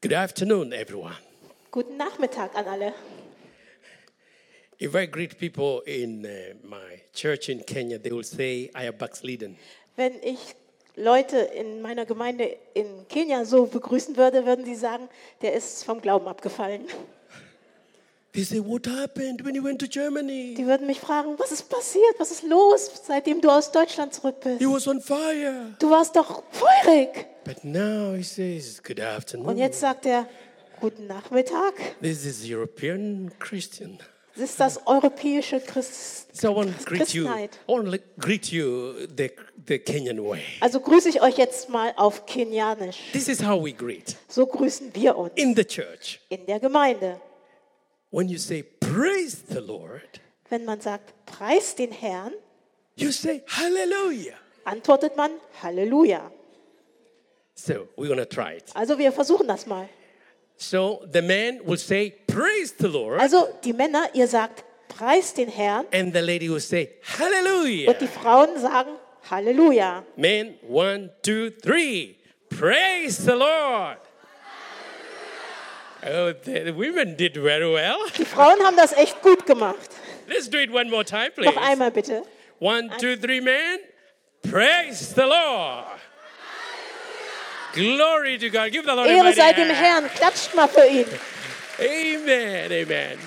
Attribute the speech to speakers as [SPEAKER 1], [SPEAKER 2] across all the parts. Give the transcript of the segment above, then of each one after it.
[SPEAKER 1] Good afternoon, everyone.
[SPEAKER 2] Guten Nachmittag an alle.
[SPEAKER 1] If I greet people in uh, my church in Kenya, they will say, I am backslidden.
[SPEAKER 2] Wenn ich Leute in meiner Gemeinde in Kenia so begrüßen würde, würden sie sagen, der ist vom Glauben abgefallen.
[SPEAKER 1] They say, What happened when you went to Germany?
[SPEAKER 2] Die würden mich fragen, was ist passiert? Was ist los, seitdem du aus Deutschland zurück bist?
[SPEAKER 1] You was on fire.
[SPEAKER 2] Du warst doch feurig.
[SPEAKER 1] But now he says, Good
[SPEAKER 2] Und
[SPEAKER 1] afternoon.
[SPEAKER 2] jetzt sagt er, guten Nachmittag.
[SPEAKER 1] This is European Christian.
[SPEAKER 2] Das ist das europäische Christ.
[SPEAKER 1] So I want to greet you. I
[SPEAKER 2] Christenheit.
[SPEAKER 1] want to greet you the, the Kenyan way.
[SPEAKER 2] Also grüße ich euch jetzt mal auf Kenianisch.
[SPEAKER 1] This is how we greet
[SPEAKER 2] So grüßen wir uns
[SPEAKER 1] in the church.
[SPEAKER 2] in der Gemeinde.
[SPEAKER 1] When you say, Praise the Lord,
[SPEAKER 2] Wenn man sagt, preis den Herrn,
[SPEAKER 1] you say, Hallelujah.
[SPEAKER 2] antwortet man Halleluja.
[SPEAKER 1] So we're going to try it.
[SPEAKER 2] Also wir versuchen das mal.
[SPEAKER 1] So the man will say, Praise the Lord.
[SPEAKER 2] Also die Männer, ihr sagt, preis den Herrn
[SPEAKER 1] And the lady will say,
[SPEAKER 2] und
[SPEAKER 1] Hallelujah.
[SPEAKER 2] die Frauen sagen, Halleluja.
[SPEAKER 1] Men, one, two, three. Praise the Lord. Oh, the the women did very well.
[SPEAKER 2] Die Frauen haben das echt gut gemacht.
[SPEAKER 1] Let's do it one more time, please.
[SPEAKER 2] Noch einmal bitte.
[SPEAKER 1] One, two, three, men. Praise the Lord. Glory to God. Give the Lord a
[SPEAKER 2] Ehre
[SPEAKER 1] mighty
[SPEAKER 2] sei dem
[SPEAKER 1] hand.
[SPEAKER 2] Herrn, klatscht mal für ihn.
[SPEAKER 1] Amen. Amen.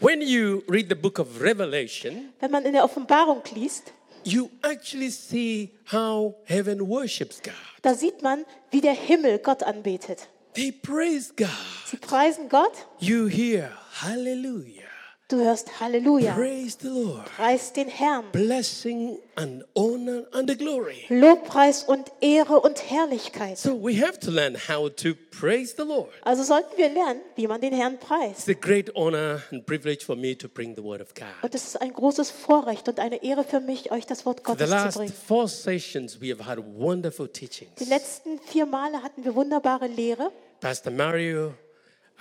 [SPEAKER 1] When you read the book of Revelation,
[SPEAKER 2] Wenn man in der Offenbarung liest,
[SPEAKER 1] you actually see how heaven worships God.
[SPEAKER 2] da sieht man, wie der Himmel Gott anbetet.
[SPEAKER 1] They praise God.
[SPEAKER 2] Sie preisen Gott,
[SPEAKER 1] You hear hallelujah.
[SPEAKER 2] du hörst Halleluja.
[SPEAKER 1] Praise the Lord.
[SPEAKER 2] Preis den Herrn.
[SPEAKER 1] Blessing and honor and the glory.
[SPEAKER 2] Lobpreis und Ehre und Herrlichkeit.
[SPEAKER 1] So we have to learn how to praise the Lord.
[SPEAKER 2] Also sollten wir lernen, wie man den Herrn preist.
[SPEAKER 1] It's a great honor and privilege for me to bring the word of God.
[SPEAKER 2] Und es ist ein großes Vorrecht und eine Ehre für mich, euch das Wort
[SPEAKER 1] The
[SPEAKER 2] Gottes zu
[SPEAKER 1] last
[SPEAKER 2] bringen.
[SPEAKER 1] four sessions we have had wonderful teachings.
[SPEAKER 2] Die letzten vier Male hatten wir wunderbare Lehre.
[SPEAKER 1] Pastor Mario,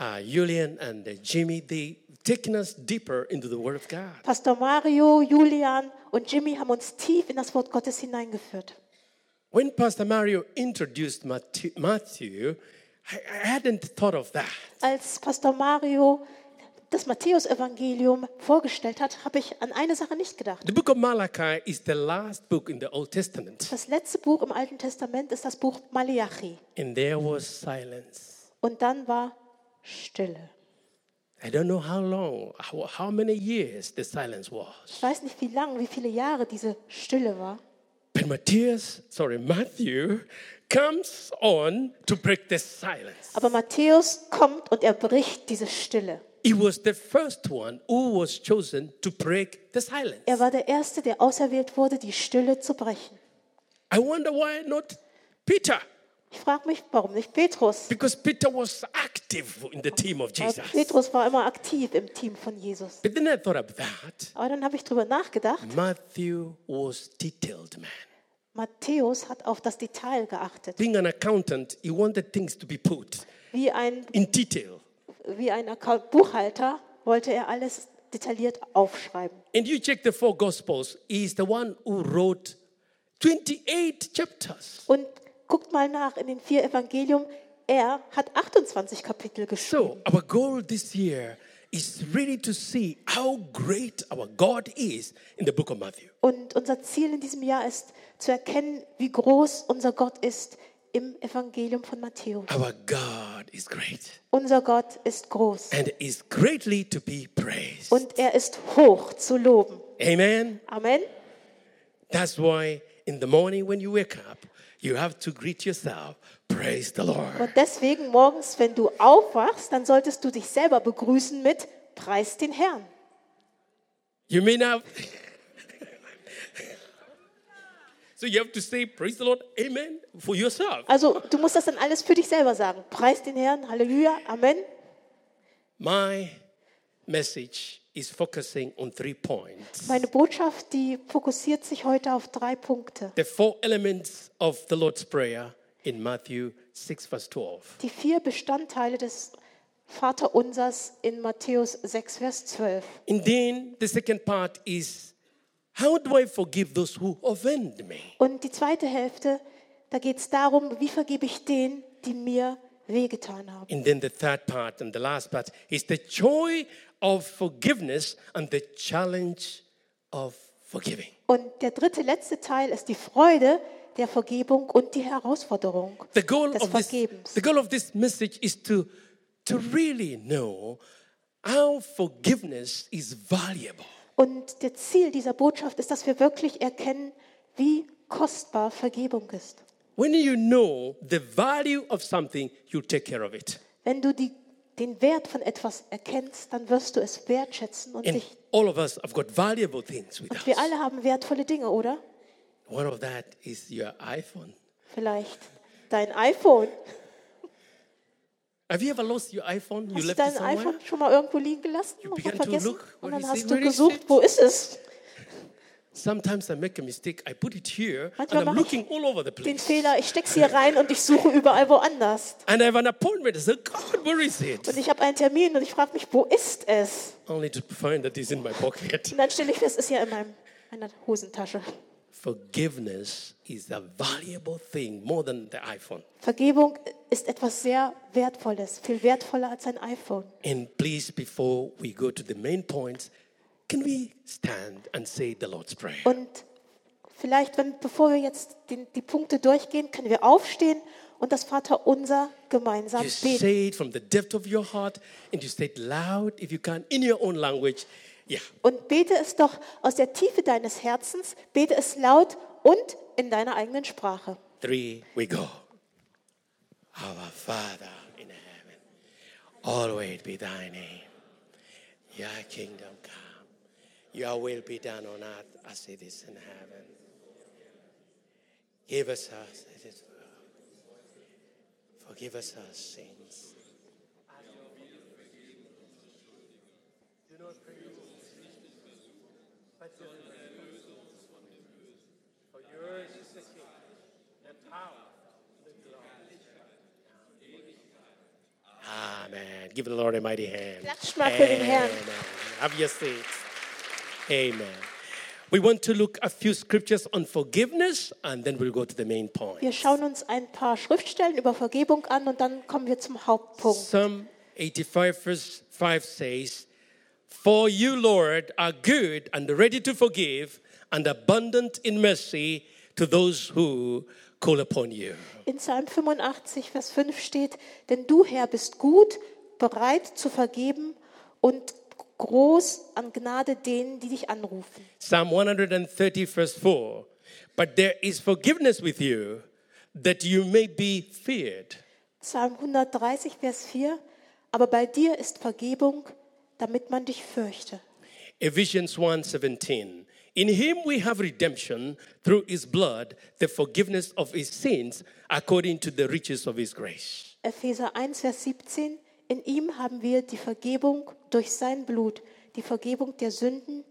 [SPEAKER 1] uh, Julian, and uh, Jimmy, they taken us deeper into the word of God.
[SPEAKER 2] Pastor Mario, Julian und Jimmy haben uns tief in das Wort Gottes hineingeführt.
[SPEAKER 1] When Pastor Mario introduced Matthew, Matthew I, I hadn't thought of that.
[SPEAKER 2] Als Pastor Mario das Matthäusevangelium vorgestellt hat, habe ich an eine Sache nicht gedacht.
[SPEAKER 1] The book of Malachi is the last book in the Old Testament,
[SPEAKER 2] Das letzte Buch im Alten Testament ist das Buch Malachi.
[SPEAKER 1] and there was silence.
[SPEAKER 2] Und dann war Stille.
[SPEAKER 1] I don't know how long, how, how many years the silence was.
[SPEAKER 2] Ich weiß nicht, wie lang, wie viele Jahre diese Stille war.
[SPEAKER 1] But Matthias, sorry, Matthew comes on to break the silence.
[SPEAKER 2] Aber Matthäus kommt und er bricht diese Stille.
[SPEAKER 1] He was the first one who was chosen to break the silence.
[SPEAKER 2] Er war der Erste, der auserwählt wurde, die Stille zu brechen.
[SPEAKER 1] I wonder why not Peter,
[SPEAKER 2] Ich frage mich, warum nicht Petrus?
[SPEAKER 1] because Peter was active in the team of
[SPEAKER 2] Weil
[SPEAKER 1] Jesus.
[SPEAKER 2] Äh, Petrus war immer aktiv im Team von Jesus.
[SPEAKER 1] But then I thought of that.
[SPEAKER 2] Aber dann habe ich drüber nachgedacht.
[SPEAKER 1] Matthew was detailed man.
[SPEAKER 2] Matthäus hat auf das Detail geachtet.
[SPEAKER 1] Being an accountant, he wanted things to be put
[SPEAKER 2] Wie ein,
[SPEAKER 1] in detail.
[SPEAKER 2] wie ein Account Buchhalter wollte er alles detailliert aufschreiben.
[SPEAKER 1] And you check the four gospels, he's the one who wrote 28 chapters.
[SPEAKER 2] Und guckt mal nach in den vier Evangelium. Er hat 28 Kapitel geschrieben.
[SPEAKER 1] So our goal this year is really to see how great our God is in the book of Matthew.
[SPEAKER 2] Und unser Ziel in diesem Jahr ist, zu erkennen, wie groß unser Gott ist im Evangelium von Matthäus.
[SPEAKER 1] Our God is great
[SPEAKER 2] Unser Gott ist groß
[SPEAKER 1] and is greatly to be praised.
[SPEAKER 2] und er ist hoch zu loben.
[SPEAKER 1] Amen.
[SPEAKER 2] Amen.
[SPEAKER 1] That's why in the morning when you wake up, you have to greet yourself, praise the Lord.
[SPEAKER 2] Und deswegen morgens, wenn du aufwachst, dann solltest du dich selber begrüßen mit Preis den Herrn.
[SPEAKER 1] You may not. so you have to say, praise the Lord, amen, for yourself.
[SPEAKER 2] Also du musst das dann alles für dich selber sagen. Preis den Herrn, Halleluja, Amen.
[SPEAKER 1] My message is focusing on three points
[SPEAKER 2] Meine Botschaft, die fokussiert sich heute auf drei Punkte.
[SPEAKER 1] the four elements of the Lord's Prayer in Matthew 6, verse 12.
[SPEAKER 2] Die vier Bestandteile des Vaterunsers in Matthäus 6, Vers 12.
[SPEAKER 1] And then the second part is, how do I forgive those who offend me?
[SPEAKER 2] Und die zweite Hälfte, da geht es darum, wie vergebe ich denen, die mir wehgetan haben.
[SPEAKER 1] And then the third part and the last part is the joy of forgiveness and the challenge of forgiving.
[SPEAKER 2] Und der dritte, letzte Teil ist die Freude der Vergebung und die Herausforderung
[SPEAKER 1] The goal,
[SPEAKER 2] des
[SPEAKER 1] of this,
[SPEAKER 2] Vergebens.
[SPEAKER 1] the goal of this message is to, to really know how forgiveness is valuable.
[SPEAKER 2] Und der Ziel dieser Botschaft ist, dass wir wirklich erkennen, wie kostbar Vergebung ist.
[SPEAKER 1] When you know the value of something, you take care of it.
[SPEAKER 2] Wenn du die, den Wert von etwas erkennst, dann wirst du es wertschätzen und
[SPEAKER 1] And
[SPEAKER 2] dich.
[SPEAKER 1] all of us have got valuable things with
[SPEAKER 2] Wir
[SPEAKER 1] us.
[SPEAKER 2] alle haben wertvolle Dinge, oder?
[SPEAKER 1] One of that is your iPhone.
[SPEAKER 2] Vielleicht dein iPhone.
[SPEAKER 1] Have you ever lost your iPhone? You
[SPEAKER 2] Hast du
[SPEAKER 1] left it
[SPEAKER 2] dein
[SPEAKER 1] somewhere?
[SPEAKER 2] iPhone schon mal irgendwo liegen gelassen
[SPEAKER 1] You
[SPEAKER 2] und
[SPEAKER 1] began to
[SPEAKER 2] vergessen?
[SPEAKER 1] look, what
[SPEAKER 2] Und dann
[SPEAKER 1] is it,
[SPEAKER 2] hast du
[SPEAKER 1] where is
[SPEAKER 2] gesucht,
[SPEAKER 1] it?
[SPEAKER 2] wo ist es?
[SPEAKER 1] Sometimes I make a mistake. I put it here
[SPEAKER 2] Manchmal
[SPEAKER 1] and I'm
[SPEAKER 2] mache ich
[SPEAKER 1] looking all over the
[SPEAKER 2] Den
[SPEAKER 1] place.
[SPEAKER 2] Fehler, ich steck's hier rein und ich suche überall woanders.
[SPEAKER 1] And I have an appointment. I say, God, where is it?
[SPEAKER 2] Und ich habe einen Termin und ich frage mich, wo ist es?
[SPEAKER 1] Only to find that it's in my pocket.
[SPEAKER 2] Und dann stelle ich fest, es ist ja in meinem, meiner Hosentasche.
[SPEAKER 1] Forgiveness is a valuable thing more than the iPhone.
[SPEAKER 2] Vergebung ist etwas sehr Wertvolles, viel wertvoller als ein iPhone.
[SPEAKER 1] And please, before we go to the main points, can we stand and say the Lord's Prayer?
[SPEAKER 2] Und vielleicht, wenn, bevor wir jetzt die, die Punkte durchgehen, können wir aufstehen und das Vaterunser gemeinsam
[SPEAKER 1] You
[SPEAKER 2] beten.
[SPEAKER 1] say it from the depth of your heart and you say it loud if you can in your own language. Yeah.
[SPEAKER 2] Und bete es doch aus der Tiefe deines Herzens, bete es laut und in deiner eigenen Sprache.
[SPEAKER 1] Three, we go. Our Father in heaven, always be thy name. Your kingdom come. Your will be done on earth as it is in heaven. Give us our Forgive us our sins. Amen. Give the Lord a mighty hand.
[SPEAKER 2] Klatscht mal für den Herrn.
[SPEAKER 1] Amen. Have your seats. Amen. We want to look a few scriptures on forgiveness and then we'll go to the main point.
[SPEAKER 2] Wir schauen uns ein paar Schriftstellen über Vergebung an und dann kommen wir zum Hauptpunkt.
[SPEAKER 1] Psalm 85, verse 5 says, For you, Lord, are good and ready to forgive and abundant in mercy to those who call upon you.
[SPEAKER 2] In Psalm 85, Vers 5 steht, denn du, Herr, bist gut, bereit zu vergeben und groß an Gnade denen, die dich anrufen.
[SPEAKER 1] Psalm 130, verse 4 But there is forgiveness with you that you may be feared.
[SPEAKER 2] Psalm 130, Vers 4, aber bei dir ist Vergebung, damit man dich fürchte.
[SPEAKER 1] Ephesians 1:17 In him we have redemption through his blood the forgiveness of his sins according to the riches of his grace.
[SPEAKER 2] Epheser 1, Vers 17, in ihm haben wir die Vergebung durch sein Blut, die Vergebung der Sünden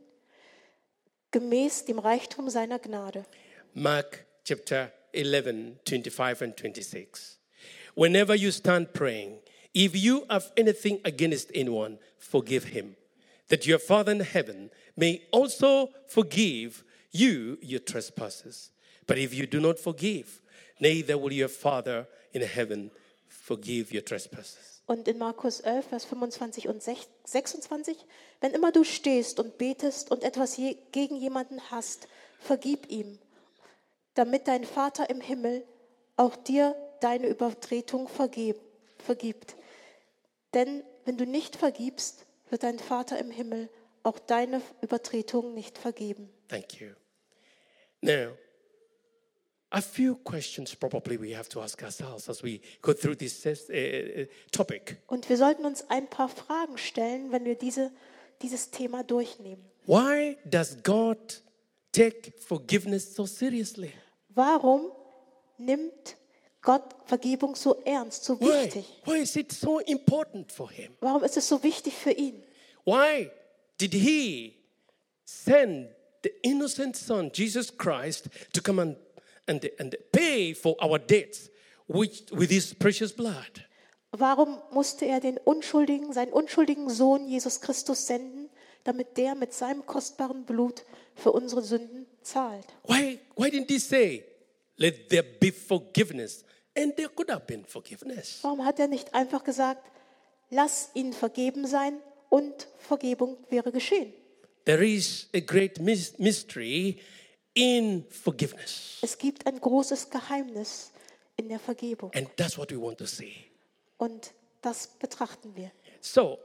[SPEAKER 2] gemäß dem Reichtum seiner Gnade.
[SPEAKER 1] Mark chapter 11 25 and 26 Whenever you stand praying if you have anything against anyone forgive him that your father in heaven may also forgive you your trespasses but if you do not forgive neither will your father in heaven forgive your trespasses
[SPEAKER 2] Und in Markus 11, Vers 25 und 6 26, wenn immer du stehst und betest und etwas je, gegen jemanden hast, vergib ihm, damit dein Vater im Himmel auch dir deine Übertretung vergeb, vergibt. Denn wenn du nicht vergibst, wird dein Vater im Himmel auch deine Übertretung nicht vergeben.
[SPEAKER 1] Thank you. Now, a few questions probably we have to ask ourselves as we go through this uh, topic.
[SPEAKER 2] Und wir sollten uns ein paar Fragen stellen, wenn wir diese, dieses Thema durchnehmen.
[SPEAKER 1] Why does God take forgiveness so seriously?
[SPEAKER 2] Warum nimmt Gott Vergebung so ernst, so
[SPEAKER 1] Why?
[SPEAKER 2] wichtig?
[SPEAKER 1] Why is it so important for him?
[SPEAKER 2] Warum ist es so wichtig für ihn?
[SPEAKER 1] Why did he send the innocent son, Jesus Christ, to come and, and, and pay for our debts which, with his precious blood?
[SPEAKER 2] Warum musste er den unschuldigen, seinen unschuldigen Sohn Jesus Christus senden, damit der mit seinem kostbaren Blut für unsere Sünden zahlt?
[SPEAKER 1] Why, why didn't he say, let there be forgiveness And there could have been forgiveness.
[SPEAKER 2] Warum hat er nicht einfach gesagt, lass ihnen vergeben sein und Vergebung wäre geschehen?
[SPEAKER 1] There is a great mys- mystery in forgiveness.
[SPEAKER 2] Es gibt ein großes Geheimnis in der Vergebung
[SPEAKER 1] And that's what we want to see.
[SPEAKER 2] und das betrachten wir.
[SPEAKER 1] So,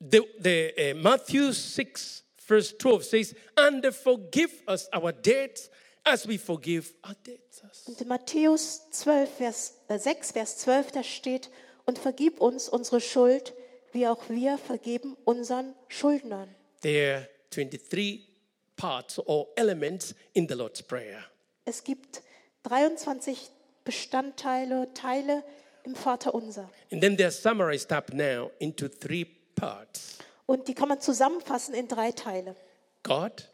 [SPEAKER 1] the, the, uh, Matthew 6, verse 12 says, And forgive us our debts as we forgive our debtors.
[SPEAKER 2] Und in Matthäus 12, Vers, äh, 6, Vers 12, da steht, und vergib uns unsere Schuld, wie auch wir vergeben unseren Schuldnern.
[SPEAKER 1] There are 23 parts or elements in the Lord's Prayer.
[SPEAKER 2] Es gibt 23 Bestandteile, Teile im Vaterunser.
[SPEAKER 1] And then they're summarized up now into three parts
[SPEAKER 2] Und die kann man zusammenfassen in drei Teile.
[SPEAKER 1] God,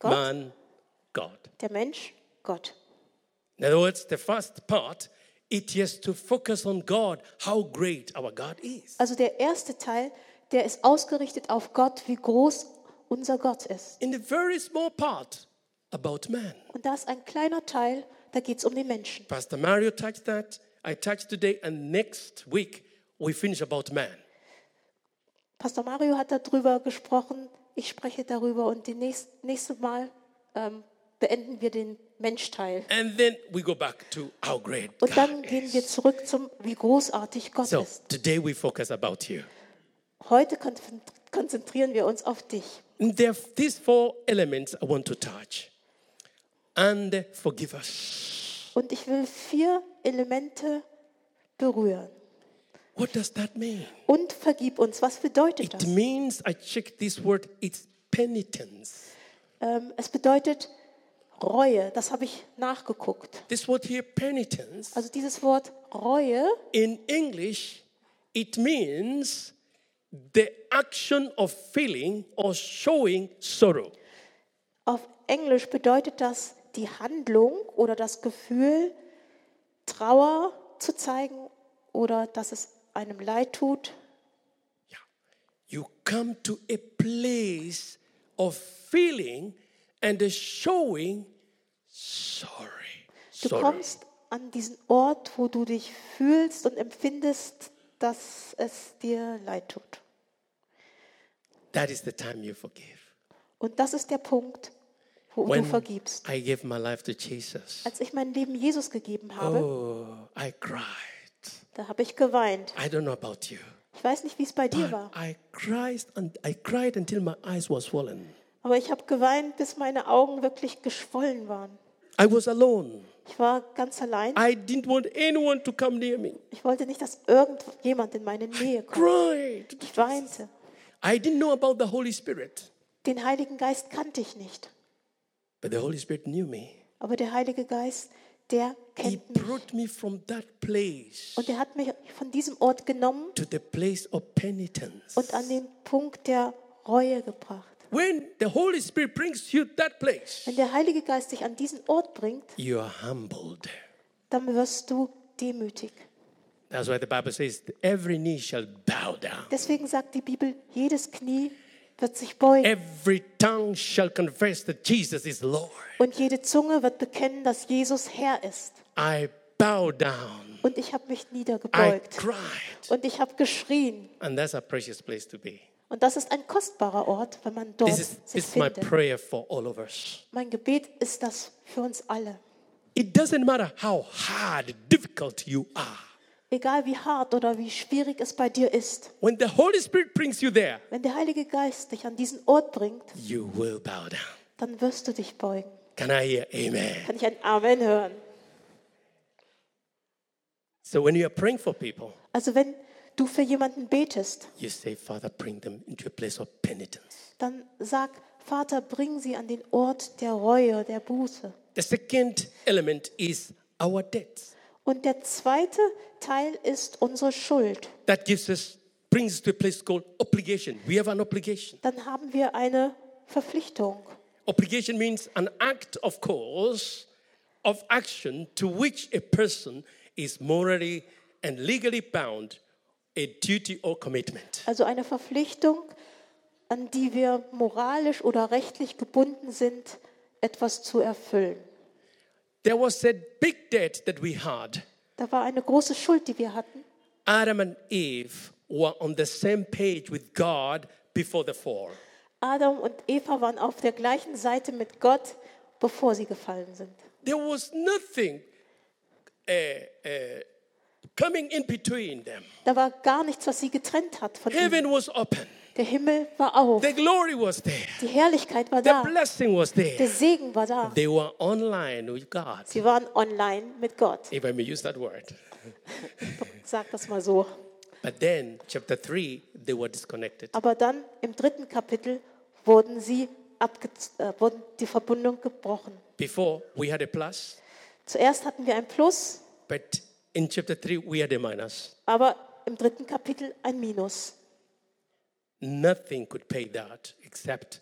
[SPEAKER 2] Gott?
[SPEAKER 1] man, God.
[SPEAKER 2] Der Mensch, Gott.
[SPEAKER 1] In other words, the first part, it is to focus on God, how great our God is.
[SPEAKER 2] Also der erste Teil, der ist ausgerichtet auf Gott, wie groß unser Gott ist.
[SPEAKER 1] In the very small part, about man.
[SPEAKER 2] Und da ist ein kleiner Teil, da geht es um den Menschen.
[SPEAKER 1] Pastor Mario touched that. I touched today, and next week we finish about man.
[SPEAKER 2] Pastor Mario hat darüber gesprochen, ich spreche darüber und die nächst, nächste Mal ähm, beenden wir den Menschteil.
[SPEAKER 1] And then we go back to how great
[SPEAKER 2] Und dann
[SPEAKER 1] God
[SPEAKER 2] gehen wir
[SPEAKER 1] is.
[SPEAKER 2] zurück zum, wie großartig Gott
[SPEAKER 1] So
[SPEAKER 2] ist.
[SPEAKER 1] today we focus about you.
[SPEAKER 2] Heute kon- konzentrieren wir uns auf dich.
[SPEAKER 1] And there are these four elements I want to touch. And forgive us.
[SPEAKER 2] Und ich will vier Elemente berühren.
[SPEAKER 1] What does that mean?
[SPEAKER 2] Und vergib uns. Was bedeutet
[SPEAKER 1] It
[SPEAKER 2] das?
[SPEAKER 1] means I checked this word, it's penitence.
[SPEAKER 2] Ähm, es bedeutet Reue. Das habe ich nachgeguckt.
[SPEAKER 1] This word here, penitence,
[SPEAKER 2] Also dieses Wort Reue
[SPEAKER 1] in English, it means the action of feeling or showing sorrow.
[SPEAKER 2] Auf Englisch bedeutet das die Handlung oder das Gefühl, Trauer zu zeigen oder dass es einem leid tut.
[SPEAKER 1] You come to a place of feeling and showing sorry.
[SPEAKER 2] Du
[SPEAKER 1] Sorrow.
[SPEAKER 2] kommst an diesen Ort, wo du dich fühlst und empfindest, dass es dir leid tut.
[SPEAKER 1] That is the time you forgive.
[SPEAKER 2] Und das ist der Punkt, wo
[SPEAKER 1] When
[SPEAKER 2] du vergibst.
[SPEAKER 1] I gave my life to Jesus,
[SPEAKER 2] Als ich mein Leben Jesus gegeben habe,
[SPEAKER 1] oh, I cried.
[SPEAKER 2] da habe ich geweint.
[SPEAKER 1] I don't know about you.
[SPEAKER 2] Ich weiß nicht, wie es bei dir war,
[SPEAKER 1] I cried and I cried until my eyes were swollen.
[SPEAKER 2] aber ich habe geweint, bis meine Augen wirklich geschwollen waren.
[SPEAKER 1] I was alone.
[SPEAKER 2] Ich war ganz allein.
[SPEAKER 1] I didn't want anyone to come near me.
[SPEAKER 2] Ich wollte nicht, dass irgendjemand in meine Nähe kommt.
[SPEAKER 1] Cried.
[SPEAKER 2] Ich weinte.
[SPEAKER 1] I didn't know about the Holy Spirit,
[SPEAKER 2] Den Heiligen Geist kannte ich nicht.
[SPEAKER 1] but the Holy Spirit knew me.
[SPEAKER 2] Aber der Heilige Geist, der
[SPEAKER 1] He
[SPEAKER 2] kennt mich.
[SPEAKER 1] brought me from that place
[SPEAKER 2] Und er hat mich von diesem Ort genommen
[SPEAKER 1] to the place of penitence.
[SPEAKER 2] und an den Punkt der Reue gebracht.
[SPEAKER 1] When the Holy Spirit brings you that place,
[SPEAKER 2] Wenn der Heilige Geist dich an diesen Ort bringt,
[SPEAKER 1] you are humbled.
[SPEAKER 2] dann wirst du demütig.
[SPEAKER 1] That's why the Bible says, every knee shall bow down,
[SPEAKER 2] Deswegen sagt die Bibel, jedes Knie wird sich beugen
[SPEAKER 1] every tongue shall confess that Jesus is Lord.
[SPEAKER 2] und jede Zunge wird bekennen, dass Jesus Herr ist.
[SPEAKER 1] I bow down.
[SPEAKER 2] Und ich habe mich
[SPEAKER 1] I
[SPEAKER 2] niedergebeugt
[SPEAKER 1] cried.
[SPEAKER 2] und ich habe geschrien.
[SPEAKER 1] And that's a precious place to be.
[SPEAKER 2] Und das ist ein kostbarer Ort, wenn man dort
[SPEAKER 1] This is,
[SPEAKER 2] sich
[SPEAKER 1] this is my
[SPEAKER 2] findet.
[SPEAKER 1] prayer for all of us.
[SPEAKER 2] Mein Gebet ist das für uns alle.
[SPEAKER 1] It doesn't matter how hard, difficult you are.
[SPEAKER 2] Egal wie hart oder wie schwierig es bei dir ist,
[SPEAKER 1] When the Holy Spirit brings you there,
[SPEAKER 2] wenn der Heilige Geist dich an diesen Ort bringt,
[SPEAKER 1] you will bow down.
[SPEAKER 2] dann wirst du dich beugen.
[SPEAKER 1] Can I hear amen?
[SPEAKER 2] Kann ich ein Amen hören?
[SPEAKER 1] So when you are praying for people,
[SPEAKER 2] Also wenn du für jemanden betest,
[SPEAKER 1] you say, Father, bring them into a place of penitence.
[SPEAKER 2] dann sag, Vater, bring sie an den Ort der Reue, der Buße.
[SPEAKER 1] The second element is our debts.
[SPEAKER 2] Und der zweite Teil ist unsere Schuld.
[SPEAKER 1] That gives us, brings us to a place called obligation. We have an obligation.
[SPEAKER 2] Dann haben wir eine Verpflichtung.
[SPEAKER 1] Obligation means an act of course of action to which a person is morally and legally bound, a duty or commitment.
[SPEAKER 2] Also eine Verpflichtung, an die wir moralisch oder rechtlich gebunden sind, etwas zu erfüllen.
[SPEAKER 1] There was a big debt that we had.
[SPEAKER 2] Da war eine große Schuld, die wir hatten.
[SPEAKER 1] Adam and Eve were on the same page with God before the fall.
[SPEAKER 2] Adam und Eva waren auf der gleichen Seite mit Gott, bevor sie gefallen sind.
[SPEAKER 1] There was nothing uh, uh, coming in between them.
[SPEAKER 2] Da war gar nichts, was sie getrennt hat von ihm.
[SPEAKER 1] Heaven was open.
[SPEAKER 2] Der Himmel war auf.
[SPEAKER 1] The glory was there.
[SPEAKER 2] Die Herrlichkeit war
[SPEAKER 1] The
[SPEAKER 2] da.
[SPEAKER 1] blessing was
[SPEAKER 2] Der
[SPEAKER 1] there.
[SPEAKER 2] Segen war da.
[SPEAKER 1] They were online with God.
[SPEAKER 2] Sie waren online mit Gott.
[SPEAKER 1] If I may use that word.
[SPEAKER 2] Sag das mal so.
[SPEAKER 1] But then, chapter 3, they were disconnected.
[SPEAKER 2] Aber dann im dritten Kapitel wurden sie abge äh, wurden die Verbindung gebrochen.
[SPEAKER 1] Before, we had a plus,
[SPEAKER 2] Zuerst hatten wir ein Plus,
[SPEAKER 1] but in chapter 3, we had a minus.
[SPEAKER 2] aber im dritten Kapitel ein Minus.
[SPEAKER 1] Nothing could pay that except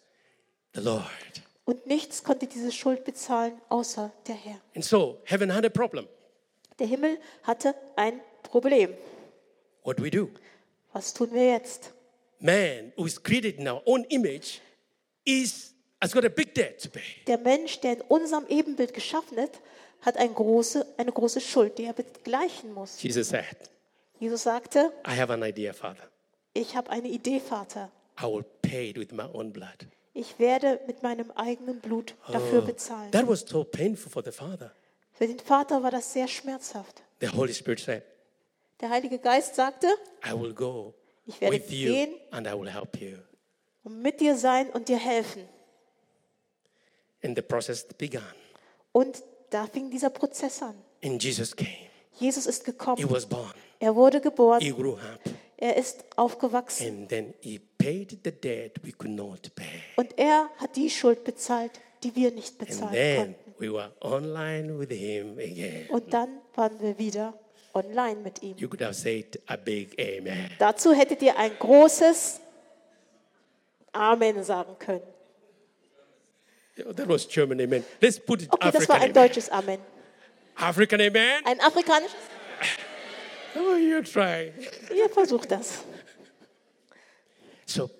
[SPEAKER 1] the Lord.
[SPEAKER 2] Und nichts konnte diese Schuld bezahlen, außer der Herr.
[SPEAKER 1] And so, heaven had a problem.
[SPEAKER 2] Der Himmel hatte ein Problem.
[SPEAKER 1] What do we do?
[SPEAKER 2] Was tun wir jetzt?
[SPEAKER 1] Man, who is created in our own image, is has got a big debt to pay.
[SPEAKER 2] Der Mensch, der in unserem Ebenbild geschaffen ist, hat eine große, eine große Schuld, die er begleichen muss.
[SPEAKER 1] Jesus said,
[SPEAKER 2] Jesus sagte,
[SPEAKER 1] I have an idea, Father.
[SPEAKER 2] ich habe eine Idee, Vater.
[SPEAKER 1] I will pay it with my own blood.
[SPEAKER 2] Ich werde mit meinem eigenen Blut dafür
[SPEAKER 1] Ah.
[SPEAKER 2] bezahlen.
[SPEAKER 1] That was so painful for the Father.
[SPEAKER 2] Für den Vater war das sehr schmerzhaft.
[SPEAKER 1] The Holy Spirit said,
[SPEAKER 2] Der Heilige Geist sagte,
[SPEAKER 1] I will go
[SPEAKER 2] Ich werde
[SPEAKER 1] with you
[SPEAKER 2] gehen.
[SPEAKER 1] and I will help you.
[SPEAKER 2] um mit dir sein und dir helfen.
[SPEAKER 1] And the process began.
[SPEAKER 2] Und da fing dieser Prozess an.
[SPEAKER 1] And Jesus came.
[SPEAKER 2] Jesus ist
[SPEAKER 1] He
[SPEAKER 2] gekommen.
[SPEAKER 1] was born.
[SPEAKER 2] Er wurde
[SPEAKER 1] He
[SPEAKER 2] geboren.
[SPEAKER 1] grew up.
[SPEAKER 2] Er ist aufgewachsen.
[SPEAKER 1] And then he paid the debt we could not pay.
[SPEAKER 2] Und er hat die Schuld bezahlt, die wir nicht
[SPEAKER 1] And
[SPEAKER 2] bezahlen
[SPEAKER 1] then
[SPEAKER 2] konnten.
[SPEAKER 1] we were online with him again.
[SPEAKER 2] Und dann waren wir wieder online mit ihm.
[SPEAKER 1] You could have said a big amen.
[SPEAKER 2] Dazu hättet ihr ein großes Amen sagen können.
[SPEAKER 1] That was German amen. Let's put it
[SPEAKER 2] Okay, das
[SPEAKER 1] African
[SPEAKER 2] war ein
[SPEAKER 1] amen.
[SPEAKER 2] deutsches Amen.
[SPEAKER 1] African amen.
[SPEAKER 2] Ein afrikanisches?
[SPEAKER 1] Oh, you try.
[SPEAKER 2] Ihr versucht das.
[SPEAKER 1] So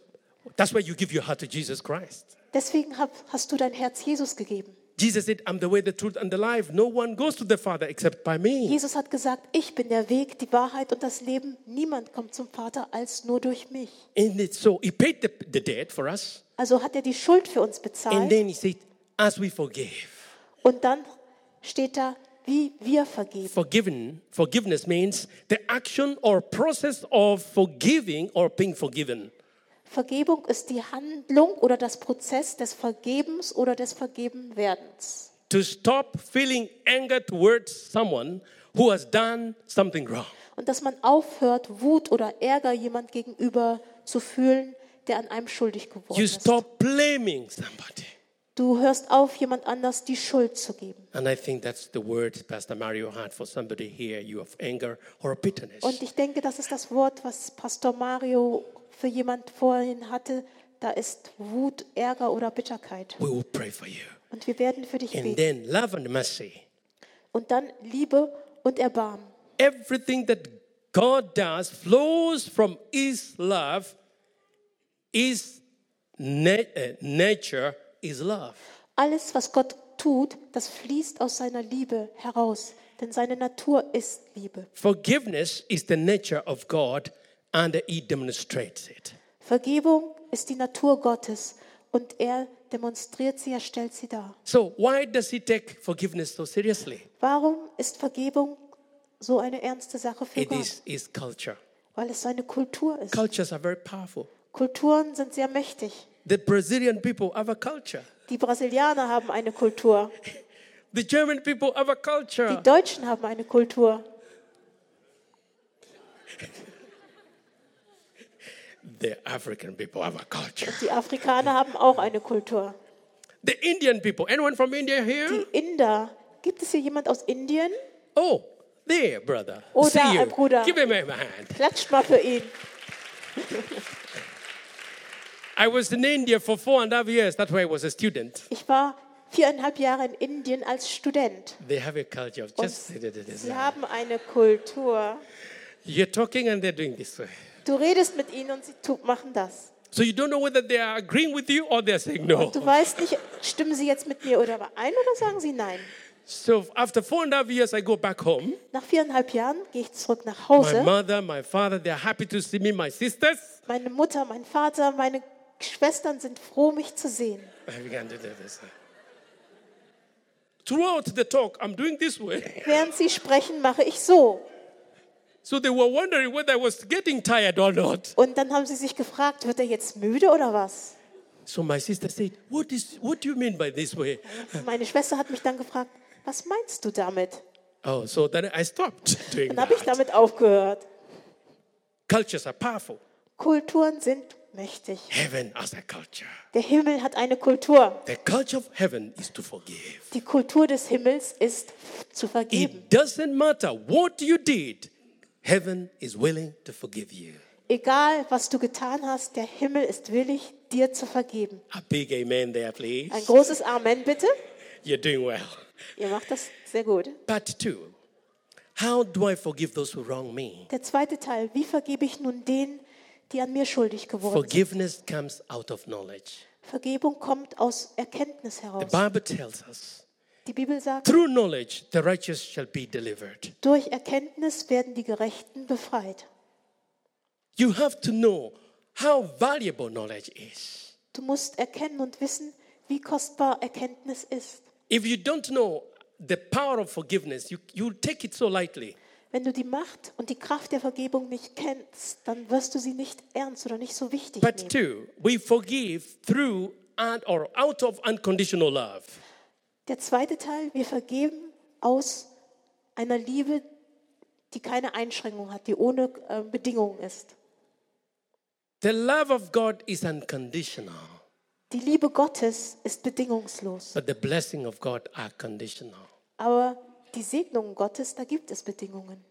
[SPEAKER 1] that's why you give your heart to Jesus Christ.
[SPEAKER 2] Deswegen hab, hast du dein Herz Jesus gegeben.
[SPEAKER 1] Jesus said, I'm the way, the truth, and the life. No one goes to the Father except by me.
[SPEAKER 2] Jesus hat gesagt, ich bin der Weg, die Wahrheit und das Leben. Niemand kommt zum Vater als nur durch mich.
[SPEAKER 1] And it's so he paid the, the debt for us.
[SPEAKER 2] Also hat er die Schuld für uns
[SPEAKER 1] And
[SPEAKER 2] bezahlt.
[SPEAKER 1] then he said, as we forgive.
[SPEAKER 2] Und dann steht da, wie wir vergeben.
[SPEAKER 1] Forgiven, forgiveness means the action or process of forgiving or being forgiven.
[SPEAKER 2] Vergebung ist die Handlung oder das Prozess des Vergebens oder des Vergebenwerdens.
[SPEAKER 1] To stop feeling anger towards someone who has done something wrong.
[SPEAKER 2] Und dass man aufhört, Wut oder Ärger jemand gegenüber zu fühlen, der an einem schuldig geworden
[SPEAKER 1] You
[SPEAKER 2] ist.
[SPEAKER 1] stop blaming somebody.
[SPEAKER 2] Du hörst auf, jemand anders die Schuld zu geben.
[SPEAKER 1] And I think that's the word Pastor Mario had for somebody here. You have anger or bitterness.
[SPEAKER 2] Und ich denke, das ist das Wort, was Pastor Mario für jemand vorhin hatte. Da ist Wut, Ärger oder Bitterkeit.
[SPEAKER 1] We will pray for you.
[SPEAKER 2] Und wir werden für dich
[SPEAKER 1] And
[SPEAKER 2] beten.
[SPEAKER 1] then love and mercy.
[SPEAKER 2] Und dann Liebe und Erbarmen.
[SPEAKER 1] Everything that God does flows from His love. His na- uh, nature is love.
[SPEAKER 2] Alles, was Gott tut, das fließt aus seiner Liebe heraus, denn seine Natur ist Liebe.
[SPEAKER 1] Forgiveness is the nature of God, and He demonstrates it.
[SPEAKER 2] Vergebung ist die Natur Gottes und er demonstriert sie, er stellt sie dar.
[SPEAKER 1] So, why does He take forgiveness so seriously?
[SPEAKER 2] Warum ist Vergebung so eine ernste Sache für
[SPEAKER 1] It
[SPEAKER 2] Gott?
[SPEAKER 1] is His culture.
[SPEAKER 2] Weil es seine Kultur ist.
[SPEAKER 1] Cultures are very powerful.
[SPEAKER 2] Kulturen sind sehr mächtig.
[SPEAKER 1] The Brazilian people have a culture.
[SPEAKER 2] Die Brasilianer haben eine Kultur,
[SPEAKER 1] The German people have a culture.
[SPEAKER 2] die Deutschen haben eine Kultur.
[SPEAKER 1] The African people have a culture.
[SPEAKER 2] Die Afrikaner haben auch eine Kultur.
[SPEAKER 1] The Indian people. Anyone from India here?
[SPEAKER 2] Die Inder, gibt es hier jemand aus Indien?
[SPEAKER 1] Oh, there, brother.
[SPEAKER 2] Oh,
[SPEAKER 1] See
[SPEAKER 2] da,
[SPEAKER 1] you.
[SPEAKER 2] Bruder.
[SPEAKER 1] Give him a hand.
[SPEAKER 2] Klatscht mal für ihn.
[SPEAKER 1] I was in India for four and a half years. That's why I was a student.
[SPEAKER 2] Ich war viereinhalb Jahre in Indien als Student.
[SPEAKER 1] They have a culture
[SPEAKER 2] Oh,
[SPEAKER 1] of just.
[SPEAKER 2] Sie haben eine Kultur.
[SPEAKER 1] You're talking and they're doing this way.
[SPEAKER 2] Du redest mit ihnen und sie tu- machen das.
[SPEAKER 1] So you don't know whether they are agreeing with you or they're saying no.
[SPEAKER 2] Du weißt nicht, stimmen sie jetzt mit mir oder überein oder sagen sie nein?
[SPEAKER 1] So after four and a half years, I go back home.
[SPEAKER 2] Nach viereinhalb Jahren gehe ich zurück
[SPEAKER 1] My
[SPEAKER 2] nach Hause.
[SPEAKER 1] mother, my father, they're happy to see me, my sisters.
[SPEAKER 2] Meine Mutter, mein Vater, meine Schwestern sind froh, mich zu sehen.
[SPEAKER 1] I began to do this. Throughout the talk, I'm doing this way.
[SPEAKER 2] Während sie sprechen, mache ich so.
[SPEAKER 1] So they were wondering whether I was getting tired or not.
[SPEAKER 2] Und dann haben sie sich gefragt, wird er jetzt müde oder was?
[SPEAKER 1] So my sister said, What, is, what do you mean by this way?
[SPEAKER 2] Meine Schwester hat mich dann gefragt, was meinst du damit?
[SPEAKER 1] Oh, so then I stopped doing
[SPEAKER 2] Dann habe ich
[SPEAKER 1] that.
[SPEAKER 2] damit aufgehört.
[SPEAKER 1] Cultures are powerful.
[SPEAKER 2] Kulturen sind mächtig.
[SPEAKER 1] Heaven has a culture.
[SPEAKER 2] Der Himmel hat eine Kultur.
[SPEAKER 1] The culture of heaven is to forgive.
[SPEAKER 2] Die Kultur des Himmels ist zu vergeben.
[SPEAKER 1] It doesn't matter what you did, heaven is willing to forgive you.
[SPEAKER 2] Egal, was du getan hast, der Himmel ist willig, dir zu vergeben.
[SPEAKER 1] A big amen there, please.
[SPEAKER 2] Ein großes Amen bitte.
[SPEAKER 1] You're doing well.
[SPEAKER 2] Ihr macht das sehr gut.
[SPEAKER 1] Part two How do I forgive those who wrong me?
[SPEAKER 2] Der zweite Teil, wie vergebe ich nun denen, die an mir schuldig geworden sind?
[SPEAKER 1] Forgiveness comes out of knowledge.
[SPEAKER 2] Vergebung kommt aus Erkenntnis
[SPEAKER 1] The
[SPEAKER 2] heraus.
[SPEAKER 1] Bible tells us
[SPEAKER 2] Die Bibel sagt,
[SPEAKER 1] through knowledge the righteous shall be delivered.
[SPEAKER 2] durch Erkenntnis werden die Gerechten befreit.
[SPEAKER 1] You have to know how valuable knowledge is.
[SPEAKER 2] Du musst erkennen und wissen, wie kostbar Erkenntnis ist.
[SPEAKER 1] If you don't know the power of forgiveness, you, you take it so lightly.
[SPEAKER 2] Wenn du die Macht und die Kraft der Vergebung nicht kennst, dann wirst du sie nicht ernst oder nicht so wichtig
[SPEAKER 1] Part
[SPEAKER 2] nehmen.
[SPEAKER 1] two, we forgive through and or out of unconditional love.
[SPEAKER 2] Der zweite Teil, wir vergeben aus einer Liebe, die keine Einschränkung hat, die ohne äh, Bedingungen ist.
[SPEAKER 1] The love of God is unconditional,
[SPEAKER 2] Die Liebe Gottes ist bedingungslos,
[SPEAKER 1] but the blessing of God are conditional.
[SPEAKER 2] aber die Segnungen Gottes, da gibt es Bedingungen.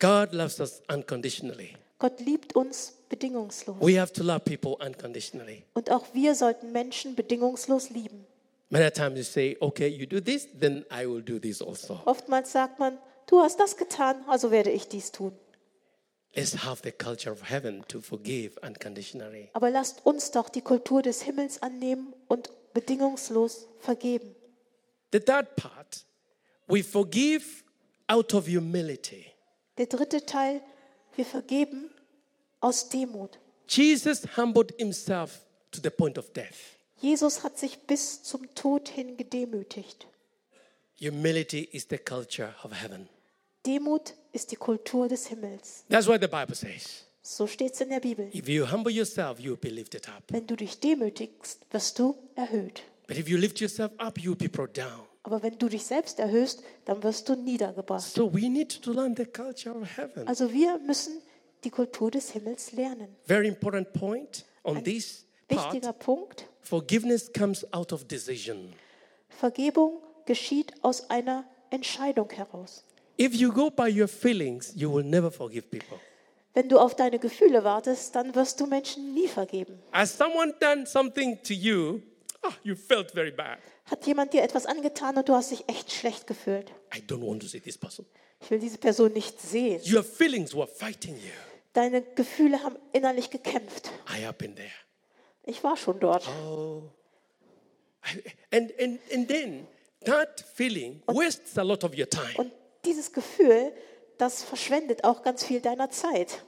[SPEAKER 1] God loves us unconditionally.
[SPEAKER 2] Gott liebt uns bedingungslos.
[SPEAKER 1] We have to love people unconditionally.
[SPEAKER 2] Und auch wir sollten Menschen bedingungslos lieben.
[SPEAKER 1] Many times you say, okay, you do this, then I will do this also.
[SPEAKER 2] Oftmals sagt man, du hast das getan, also werde ich dies tun.
[SPEAKER 1] Let's have the culture of heaven to forgive unconditionally.
[SPEAKER 2] Aber lasst uns doch die Kultur des Himmels annehmen und bedingungslos vergeben.
[SPEAKER 1] The third part, we forgive out of humility.
[SPEAKER 2] Der dritte Teil, wir vergeben aus Demut.
[SPEAKER 1] Jesus humbled himself to the point of death.
[SPEAKER 2] Jesus hat sich bis zum Tod hin gedemütigt.
[SPEAKER 1] Humility is the culture of heaven.
[SPEAKER 2] Demut ist die Kultur des Himmels.
[SPEAKER 1] That's what the Bible says.
[SPEAKER 2] So steht es in der Bibel.
[SPEAKER 1] If you humble yourself, you'll be lifted up.
[SPEAKER 2] Wenn du dich demütigst, wirst du erhöht.
[SPEAKER 1] But if you lift yourself up, you'll be brought down.
[SPEAKER 2] Aber wenn du dich selbst erhöhst, dann wirst du niedergebracht.
[SPEAKER 1] So we need to learn the culture of heaven.
[SPEAKER 2] Also wir müssen die Kultur des Himmels lernen.
[SPEAKER 1] Very important point on this part.
[SPEAKER 2] Wichtiger Punkt.
[SPEAKER 1] Forgiveness comes out of decision.
[SPEAKER 2] Vergebung geschieht aus einer Entscheidung heraus.
[SPEAKER 1] If you go by your feelings, you will never forgive people.
[SPEAKER 2] Wenn du auf deine Gefühle wartest, dann wirst du Menschen nie vergeben.
[SPEAKER 1] Has someone done something to you? Ah, you felt very bad.
[SPEAKER 2] Hat jemand dir etwas angetan und du hast dich echt schlecht gefühlt?
[SPEAKER 1] I don't want to see this person.
[SPEAKER 2] Ich will diese Person nicht sehen.
[SPEAKER 1] Your feelings were fighting you.
[SPEAKER 2] Deine Gefühle haben innerlich gekämpft.
[SPEAKER 1] I have been there.
[SPEAKER 2] Ich war schon dort.
[SPEAKER 1] Oh. And, and, and then that feeling wastes a lot of your time.
[SPEAKER 2] Und dieses Gefühl, das verschwendet auch ganz viel deiner Zeit.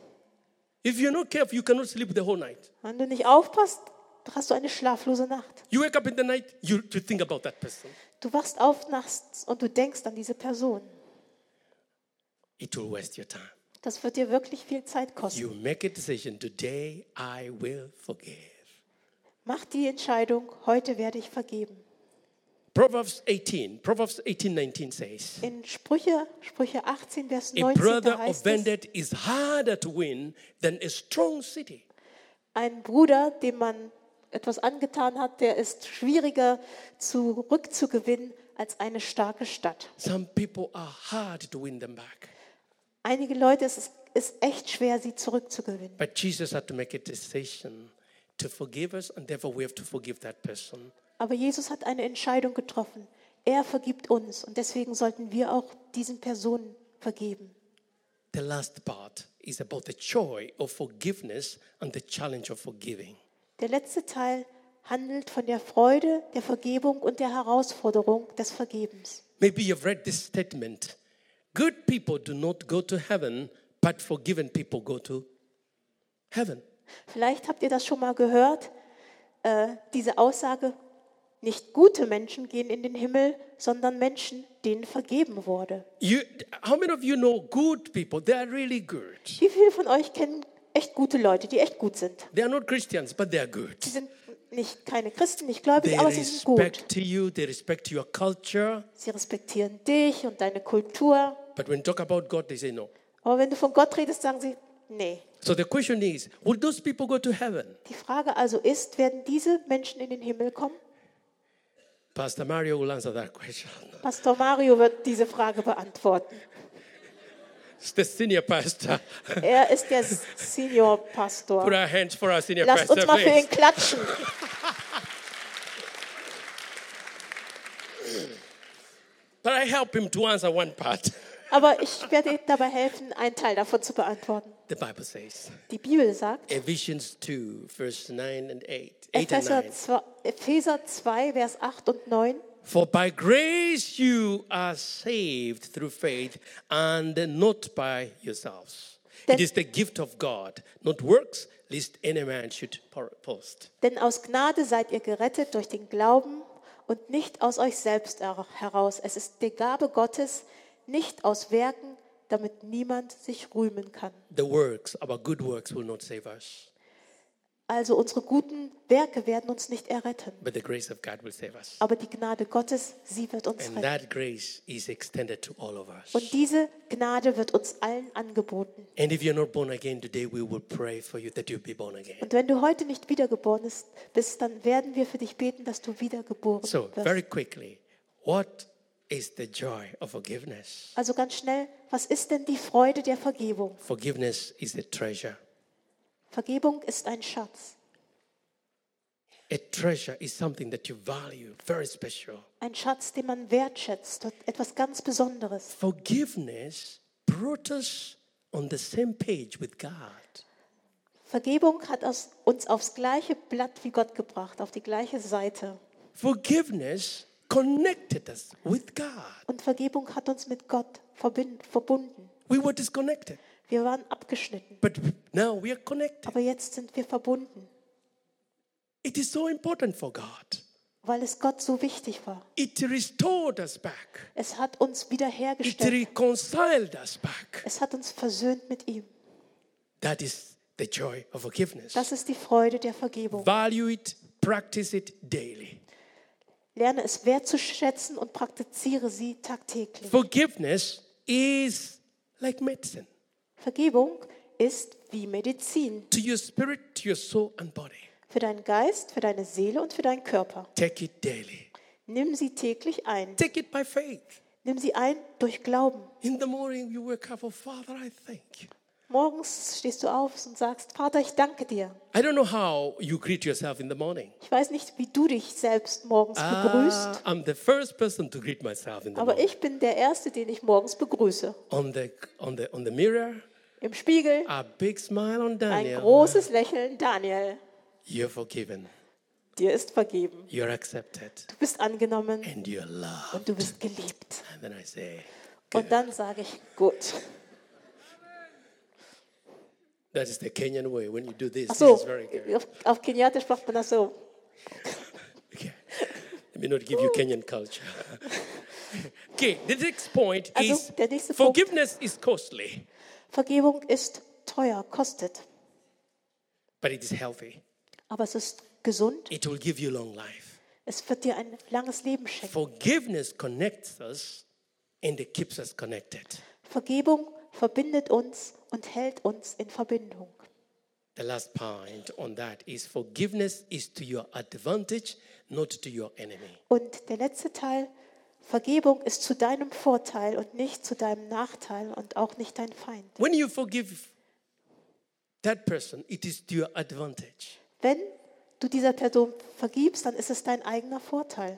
[SPEAKER 1] If you're not careful, you cannot sleep the whole night.
[SPEAKER 2] Wenn du nicht aufpasst, hast du eine schlaflose Nacht.
[SPEAKER 1] You wake up in the night, you to think about that person.
[SPEAKER 2] Du wachst auf nachts und du denkst an diese Person.
[SPEAKER 1] It will waste your time.
[SPEAKER 2] Das wird dir wirklich viel Zeit kosten.
[SPEAKER 1] You make a decision today, I will forgive.
[SPEAKER 2] Mach die Entscheidung, heute werde ich vergeben.
[SPEAKER 1] Proverbs 18, Proverbs 18, 19 says,
[SPEAKER 2] In Sprüche, Sprüche 18, Vers
[SPEAKER 1] A
[SPEAKER 2] 19
[SPEAKER 1] brother
[SPEAKER 2] da heißt es,
[SPEAKER 1] offended is harder to win than a strong city.
[SPEAKER 2] ein Bruder, dem man etwas angetan hat, der ist schwieriger zurückzugewinnen als eine starke Stadt.
[SPEAKER 1] Some people are hard to win them back.
[SPEAKER 2] Einige Leute, es ist, ist echt schwer, sie zurückzugewinnen.
[SPEAKER 1] But Jesus had to make a decision to forgive us, and therefore we have to forgive that person.
[SPEAKER 2] Aber Jesus hat eine Entscheidung getroffen. Er vergibt uns und deswegen sollten wir auch diesen Personen vergeben.
[SPEAKER 1] The last part is about the joy of forgiveness and the challenge of forgiving.
[SPEAKER 2] Der letzte Teil handelt von der Freude, der Vergebung und der Herausforderung des Vergebens.
[SPEAKER 1] Maybe you've read this statement Good people do not go to heaven, but forgiven people go to heaven.
[SPEAKER 2] Vielleicht habt ihr das schon mal gehört, äh, diese Aussage, nicht gute Menschen gehen in den Himmel, sondern Menschen, denen vergeben wurde.
[SPEAKER 1] You, how many of you know good people? They are really good.
[SPEAKER 2] Wie viele von euch kennen echt gute Leute, die echt gut sind?
[SPEAKER 1] They are not Christians, but they are good.
[SPEAKER 2] Sie sind nicht keine Christen, nicht gläubig,
[SPEAKER 1] They
[SPEAKER 2] aber sie sind gut.
[SPEAKER 1] respect you, they respect your culture.
[SPEAKER 2] Sie respektieren dich und deine Kultur.
[SPEAKER 1] But when you talk about God, they say no.
[SPEAKER 2] Aber wenn du von Gott redest, sagen sie, nee.
[SPEAKER 1] So the question is will those people go to heaven?
[SPEAKER 2] Die Frage also ist, werden diese Menschen in den Himmel kommen?
[SPEAKER 1] Pastor Mario will answer that question.
[SPEAKER 2] Pastor Mario wird diese Frage beantworten.
[SPEAKER 1] It's the senior pastor.
[SPEAKER 2] Er ist der Senior Pastor.
[SPEAKER 1] Put our hands for our senior
[SPEAKER 2] Lasst uns
[SPEAKER 1] pastor.
[SPEAKER 2] mal für
[SPEAKER 1] please.
[SPEAKER 2] ihn klatschen.
[SPEAKER 1] But I help him to answer one part.
[SPEAKER 2] Aber ich werde ihm dabei helfen, einen Teil davon zu beantworten.
[SPEAKER 1] The Bible says.
[SPEAKER 2] Die Bibel sagt,
[SPEAKER 1] Ephesians 2, verse 9 and 8. 8 and 9.
[SPEAKER 2] Epheser 2, Epheser 2, Vers 8 und 9,
[SPEAKER 1] For by grace you are saved through faith and not by yourselves. It
[SPEAKER 2] Then-
[SPEAKER 1] is the gift of God, not works, lest any man should por- boast.
[SPEAKER 2] denn aus Gnade seid ihr gerettet durch den Glauben und nicht aus euch selbst her- heraus. Es ist die Gabe Gottes, nicht aus Werken, damit niemand sich rühmen kann.
[SPEAKER 1] The works, our good works, will not save us,
[SPEAKER 2] Also unsere guten Werke werden uns nicht erretten,
[SPEAKER 1] but the grace of God will save us.
[SPEAKER 2] aber die Gnade Gottes, sie wird uns
[SPEAKER 1] And
[SPEAKER 2] retten.
[SPEAKER 1] that grace is extended to all of us.
[SPEAKER 2] Und diese Gnade wird uns allen angeboten.
[SPEAKER 1] And if you're not born again today, we will pray for you that you'll be born again.
[SPEAKER 2] Und wenn du heute nicht wiedergeboren ist- bist, dann werden wir für dich beten, dass du wiedergeboren
[SPEAKER 1] So,
[SPEAKER 2] wirst.
[SPEAKER 1] very quickly, what is the joy of forgiveness?
[SPEAKER 2] Also ganz schnell, was ist denn die Freude der Vergebung?
[SPEAKER 1] Forgiveness is a treasure.
[SPEAKER 2] Vergebung ist ein Schatz.
[SPEAKER 1] A treasure is something that you value, very special.
[SPEAKER 2] Ein Schatz, den man wertschätzt, und etwas ganz Besonderes.
[SPEAKER 1] Forgiveness brought us on the same page with God.
[SPEAKER 2] Vergebung hat aus- uns aufs gleiche Blatt wie Gott gebracht, auf die gleiche Seite.
[SPEAKER 1] Forgiveness connected us with God.
[SPEAKER 2] Und Vergebung hat uns mit Gott verbind- verbunden.
[SPEAKER 1] We were disconnected,
[SPEAKER 2] Wir waren abgeschnitten,
[SPEAKER 1] but now we are connected.
[SPEAKER 2] aber jetzt sind wir verbunden,
[SPEAKER 1] It is so important for God.
[SPEAKER 2] weil es Gott so wichtig war.
[SPEAKER 1] It restored us back,
[SPEAKER 2] Es hat uns
[SPEAKER 1] it
[SPEAKER 2] wiederhergestellt.
[SPEAKER 1] reconciled us back.
[SPEAKER 2] Es hat uns versöhnt mit ihm.
[SPEAKER 1] That is the joy of forgiveness.
[SPEAKER 2] Das ist die Freude der Vergebung.
[SPEAKER 1] Value it, practice it daily.
[SPEAKER 2] Lerne es wertzuschätzen und praktiziere sie tagtäglich.
[SPEAKER 1] Forgiveness is like medicine
[SPEAKER 2] Vergebung ist wie Medizin
[SPEAKER 1] to your spirit, to your soul, and body.
[SPEAKER 2] für deinen Geist, für deine Seele und für deinen Körper.
[SPEAKER 1] Take it daily.
[SPEAKER 2] Nimm sie täglich ein.
[SPEAKER 1] Take it by faith.
[SPEAKER 2] Nimm sie ein durch Glauben.
[SPEAKER 1] In the morning, you wake up, oh, Father, I thank you.
[SPEAKER 2] Morgens stehst du auf und sagst, Vater, ich danke dir.
[SPEAKER 1] I don't know how you greet yourself in the morning.
[SPEAKER 2] Ich weiß nicht, wie du dich selbst morgens begrüßt,
[SPEAKER 1] Ah, I'm the first person to greet myself in the
[SPEAKER 2] aber
[SPEAKER 1] morning.
[SPEAKER 2] ich bin der Erste, den ich morgens begrüße.
[SPEAKER 1] On the, on, the, on the mirror,
[SPEAKER 2] Im Spiegel
[SPEAKER 1] a big smile on
[SPEAKER 2] ein
[SPEAKER 1] Daniel.
[SPEAKER 2] großes Lächeln. Daniel,
[SPEAKER 1] You're forgiven.
[SPEAKER 2] dir ist vergeben.
[SPEAKER 1] You're accepted.
[SPEAKER 2] Du bist angenommen.
[SPEAKER 1] And you're loved.
[SPEAKER 2] und du bist geliebt.
[SPEAKER 1] And then I say,
[SPEAKER 2] Und dann sage ich, gut.
[SPEAKER 1] that is the Kenyan way. When you do this, this
[SPEAKER 2] Ach so,
[SPEAKER 1] is very good.
[SPEAKER 2] auf, auf Keniatisch macht man das so.
[SPEAKER 1] Okay. Let me not give you Kenyan culture. okay, the next point
[SPEAKER 2] Also,
[SPEAKER 1] is
[SPEAKER 2] der nächste Punkt.
[SPEAKER 1] forgiveness is costly,
[SPEAKER 2] Vergebung ist teuer, kostet,
[SPEAKER 1] but it is healthy.
[SPEAKER 2] aber es ist gesund.
[SPEAKER 1] It will give you long life.
[SPEAKER 2] Es wird dir ein langes Leben schenken.
[SPEAKER 1] Forgiveness connects us and it keeps us connected.
[SPEAKER 2] Vergebung verbindet uns und hält uns in Verbindung.
[SPEAKER 1] The last point on that is forgiveness is to your advantage, not to your enemy.
[SPEAKER 2] Und der letzte Teil, Vergebung ist zu deinem Vorteil und nicht zu deinem Nachteil und auch nicht dein Feind.
[SPEAKER 1] When you forgive that person, it is to your advantage.
[SPEAKER 2] Wenn du dieser Person vergibst, dann ist es dein eigener Vorteil.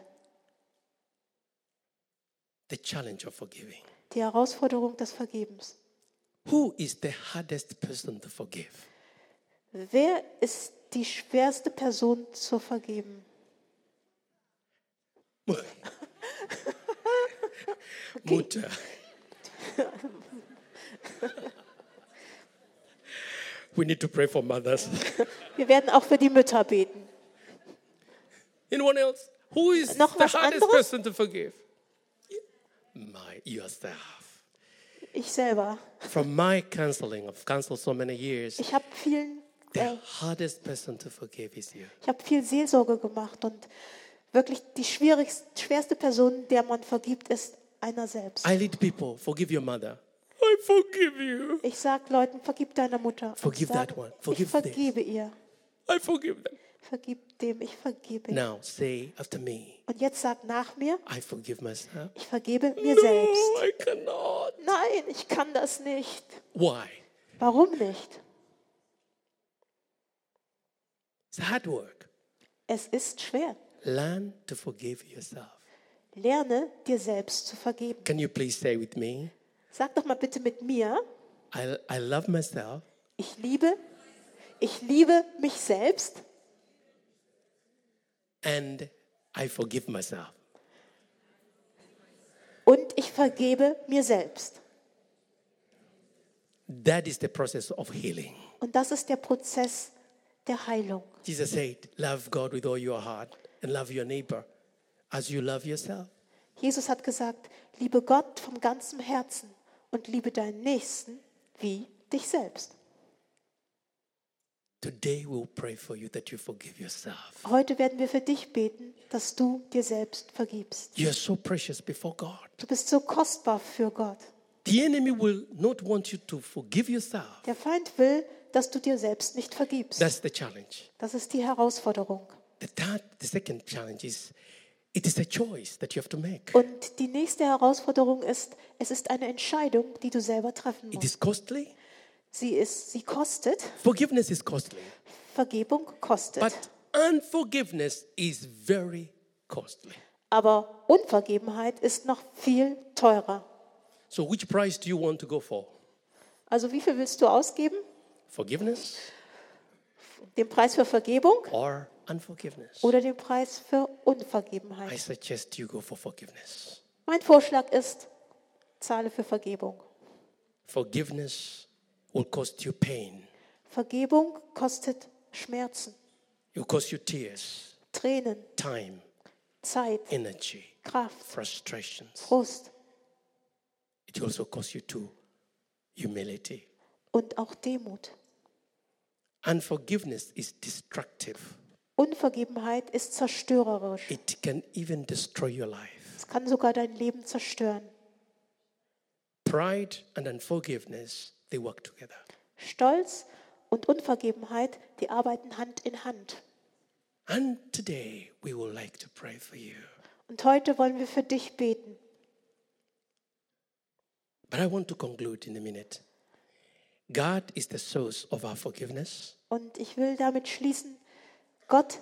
[SPEAKER 1] The challenge of forgiving.
[SPEAKER 2] Die Herausforderung des Vergebens.
[SPEAKER 1] Who is the hardest person to forgive?
[SPEAKER 2] Wer ist die schwerste Person zu vergeben?
[SPEAKER 1] Mutter. we need to pray for mothers.
[SPEAKER 2] Wir werden auch für die Mütter beten.
[SPEAKER 1] Anyone else? Who is
[SPEAKER 2] Noch
[SPEAKER 1] the
[SPEAKER 2] was
[SPEAKER 1] hardest
[SPEAKER 2] anderes?
[SPEAKER 1] person to forgive? My yourself.
[SPEAKER 2] Ich selber.
[SPEAKER 1] From my counseling, I've counseled so many years.
[SPEAKER 2] Ich habe vielen, äh,
[SPEAKER 1] The hardest person to forgive is you.
[SPEAKER 2] ich habe viel Seelsorge gemacht und wirklich die schwierigst, schwerste Person, der man vergibt, ist einer selbst.
[SPEAKER 1] I lead people. Forgive your mother. I forgive you.
[SPEAKER 2] Ich sag Leuten, vergib deiner Mutter. Und
[SPEAKER 1] Forgive
[SPEAKER 2] sag,
[SPEAKER 1] that one.
[SPEAKER 2] Ich
[SPEAKER 1] Forgive this.
[SPEAKER 2] vergebe ihr.
[SPEAKER 1] I forgive them.
[SPEAKER 2] Vergib dem, ich vergebe. ihm.
[SPEAKER 1] Now say after me.
[SPEAKER 2] Und jetzt sag nach mir,
[SPEAKER 1] I forgive myself.
[SPEAKER 2] ich vergebe mir
[SPEAKER 1] no,
[SPEAKER 2] selbst.
[SPEAKER 1] I cannot.
[SPEAKER 2] Nein, ich kann das nicht.
[SPEAKER 1] Why?
[SPEAKER 2] Warum nicht?
[SPEAKER 1] It's hard work.
[SPEAKER 2] Es ist schwer.
[SPEAKER 1] Learn to forgive yourself.
[SPEAKER 2] Lerne, dir selbst zu vergeben.
[SPEAKER 1] Can you please say with me?
[SPEAKER 2] Sag doch mal bitte mit mir,
[SPEAKER 1] I, I love myself.
[SPEAKER 2] ich liebe, ich liebe mich selbst
[SPEAKER 1] and I forgive myself.
[SPEAKER 2] und ich vergebe mir selbst.
[SPEAKER 1] That is the process of healing.
[SPEAKER 2] Und das ist der Prozess der Heilung.
[SPEAKER 1] Jesus said, Love God with all your heart and love your neighbor as you love yourself.
[SPEAKER 2] Jesus hat gesagt, liebe Gott vom ganzen Herzen und liebe deinen Nächsten wie dich selbst.
[SPEAKER 1] Today we'll pray for you that you forgive yourself.
[SPEAKER 2] Heute werden wir für dich beten, dass du dir selbst vergibst.
[SPEAKER 1] You're so precious before God.
[SPEAKER 2] Du bist so kostbar für Gott.
[SPEAKER 1] The enemy will not want you to forgive yourself.
[SPEAKER 2] Der Feind will, dass du dir selbst nicht vergibst.
[SPEAKER 1] That's the challenge.
[SPEAKER 2] Das ist die Herausforderung.
[SPEAKER 1] The, third, the second challenge is it is a choice that you have to make.
[SPEAKER 2] Und die nächste Herausforderung ist, es ist eine Entscheidung, die du selber treffen
[SPEAKER 1] It
[SPEAKER 2] musst.
[SPEAKER 1] is costly.
[SPEAKER 2] Sie ist, sie kostet,
[SPEAKER 1] Forgiveness is costly.
[SPEAKER 2] Vergebung kostet.
[SPEAKER 1] But unforgiveness is very costly.
[SPEAKER 2] Aber Unvergebenheit ist noch viel teurer.
[SPEAKER 1] So, which price do you want to go for?
[SPEAKER 2] Also wie viel willst du ausgeben?
[SPEAKER 1] Forgiveness
[SPEAKER 2] Den Preis für Vergebung
[SPEAKER 1] or unforgiveness?
[SPEAKER 2] oder den Preis für
[SPEAKER 1] I
[SPEAKER 2] Unvergebenheit?
[SPEAKER 1] suggest you go for forgiveness.
[SPEAKER 2] Mein Vorschlag ist, zahle für Vergebung.
[SPEAKER 1] Forgiveness will cost you pain,
[SPEAKER 2] Vergebung kostet Schmerzen,
[SPEAKER 1] it will cost you tears,
[SPEAKER 2] Tränen,
[SPEAKER 1] time,
[SPEAKER 2] Zeit,
[SPEAKER 1] energy,
[SPEAKER 2] Kraft,
[SPEAKER 1] frustrations.
[SPEAKER 2] Frust
[SPEAKER 1] It will also cost you too humility.
[SPEAKER 2] und auch Demut.
[SPEAKER 1] Unforgiveness is destructive,
[SPEAKER 2] Unvergebenheit ist zerstörerisch.
[SPEAKER 1] it can even destroy your life.
[SPEAKER 2] Es kann sogar dein Leben zerstören.
[SPEAKER 1] Pride and unforgiveness, they work together.
[SPEAKER 2] Stolz und Unvergebenheit, die arbeiten Hand in Hand.
[SPEAKER 1] And today we would like to pray for you.
[SPEAKER 2] Und heute wollen wir für dich beten.
[SPEAKER 1] But I want to conclude in a minute. God is the source of our forgiveness,
[SPEAKER 2] Und ich will damit schließen, Gott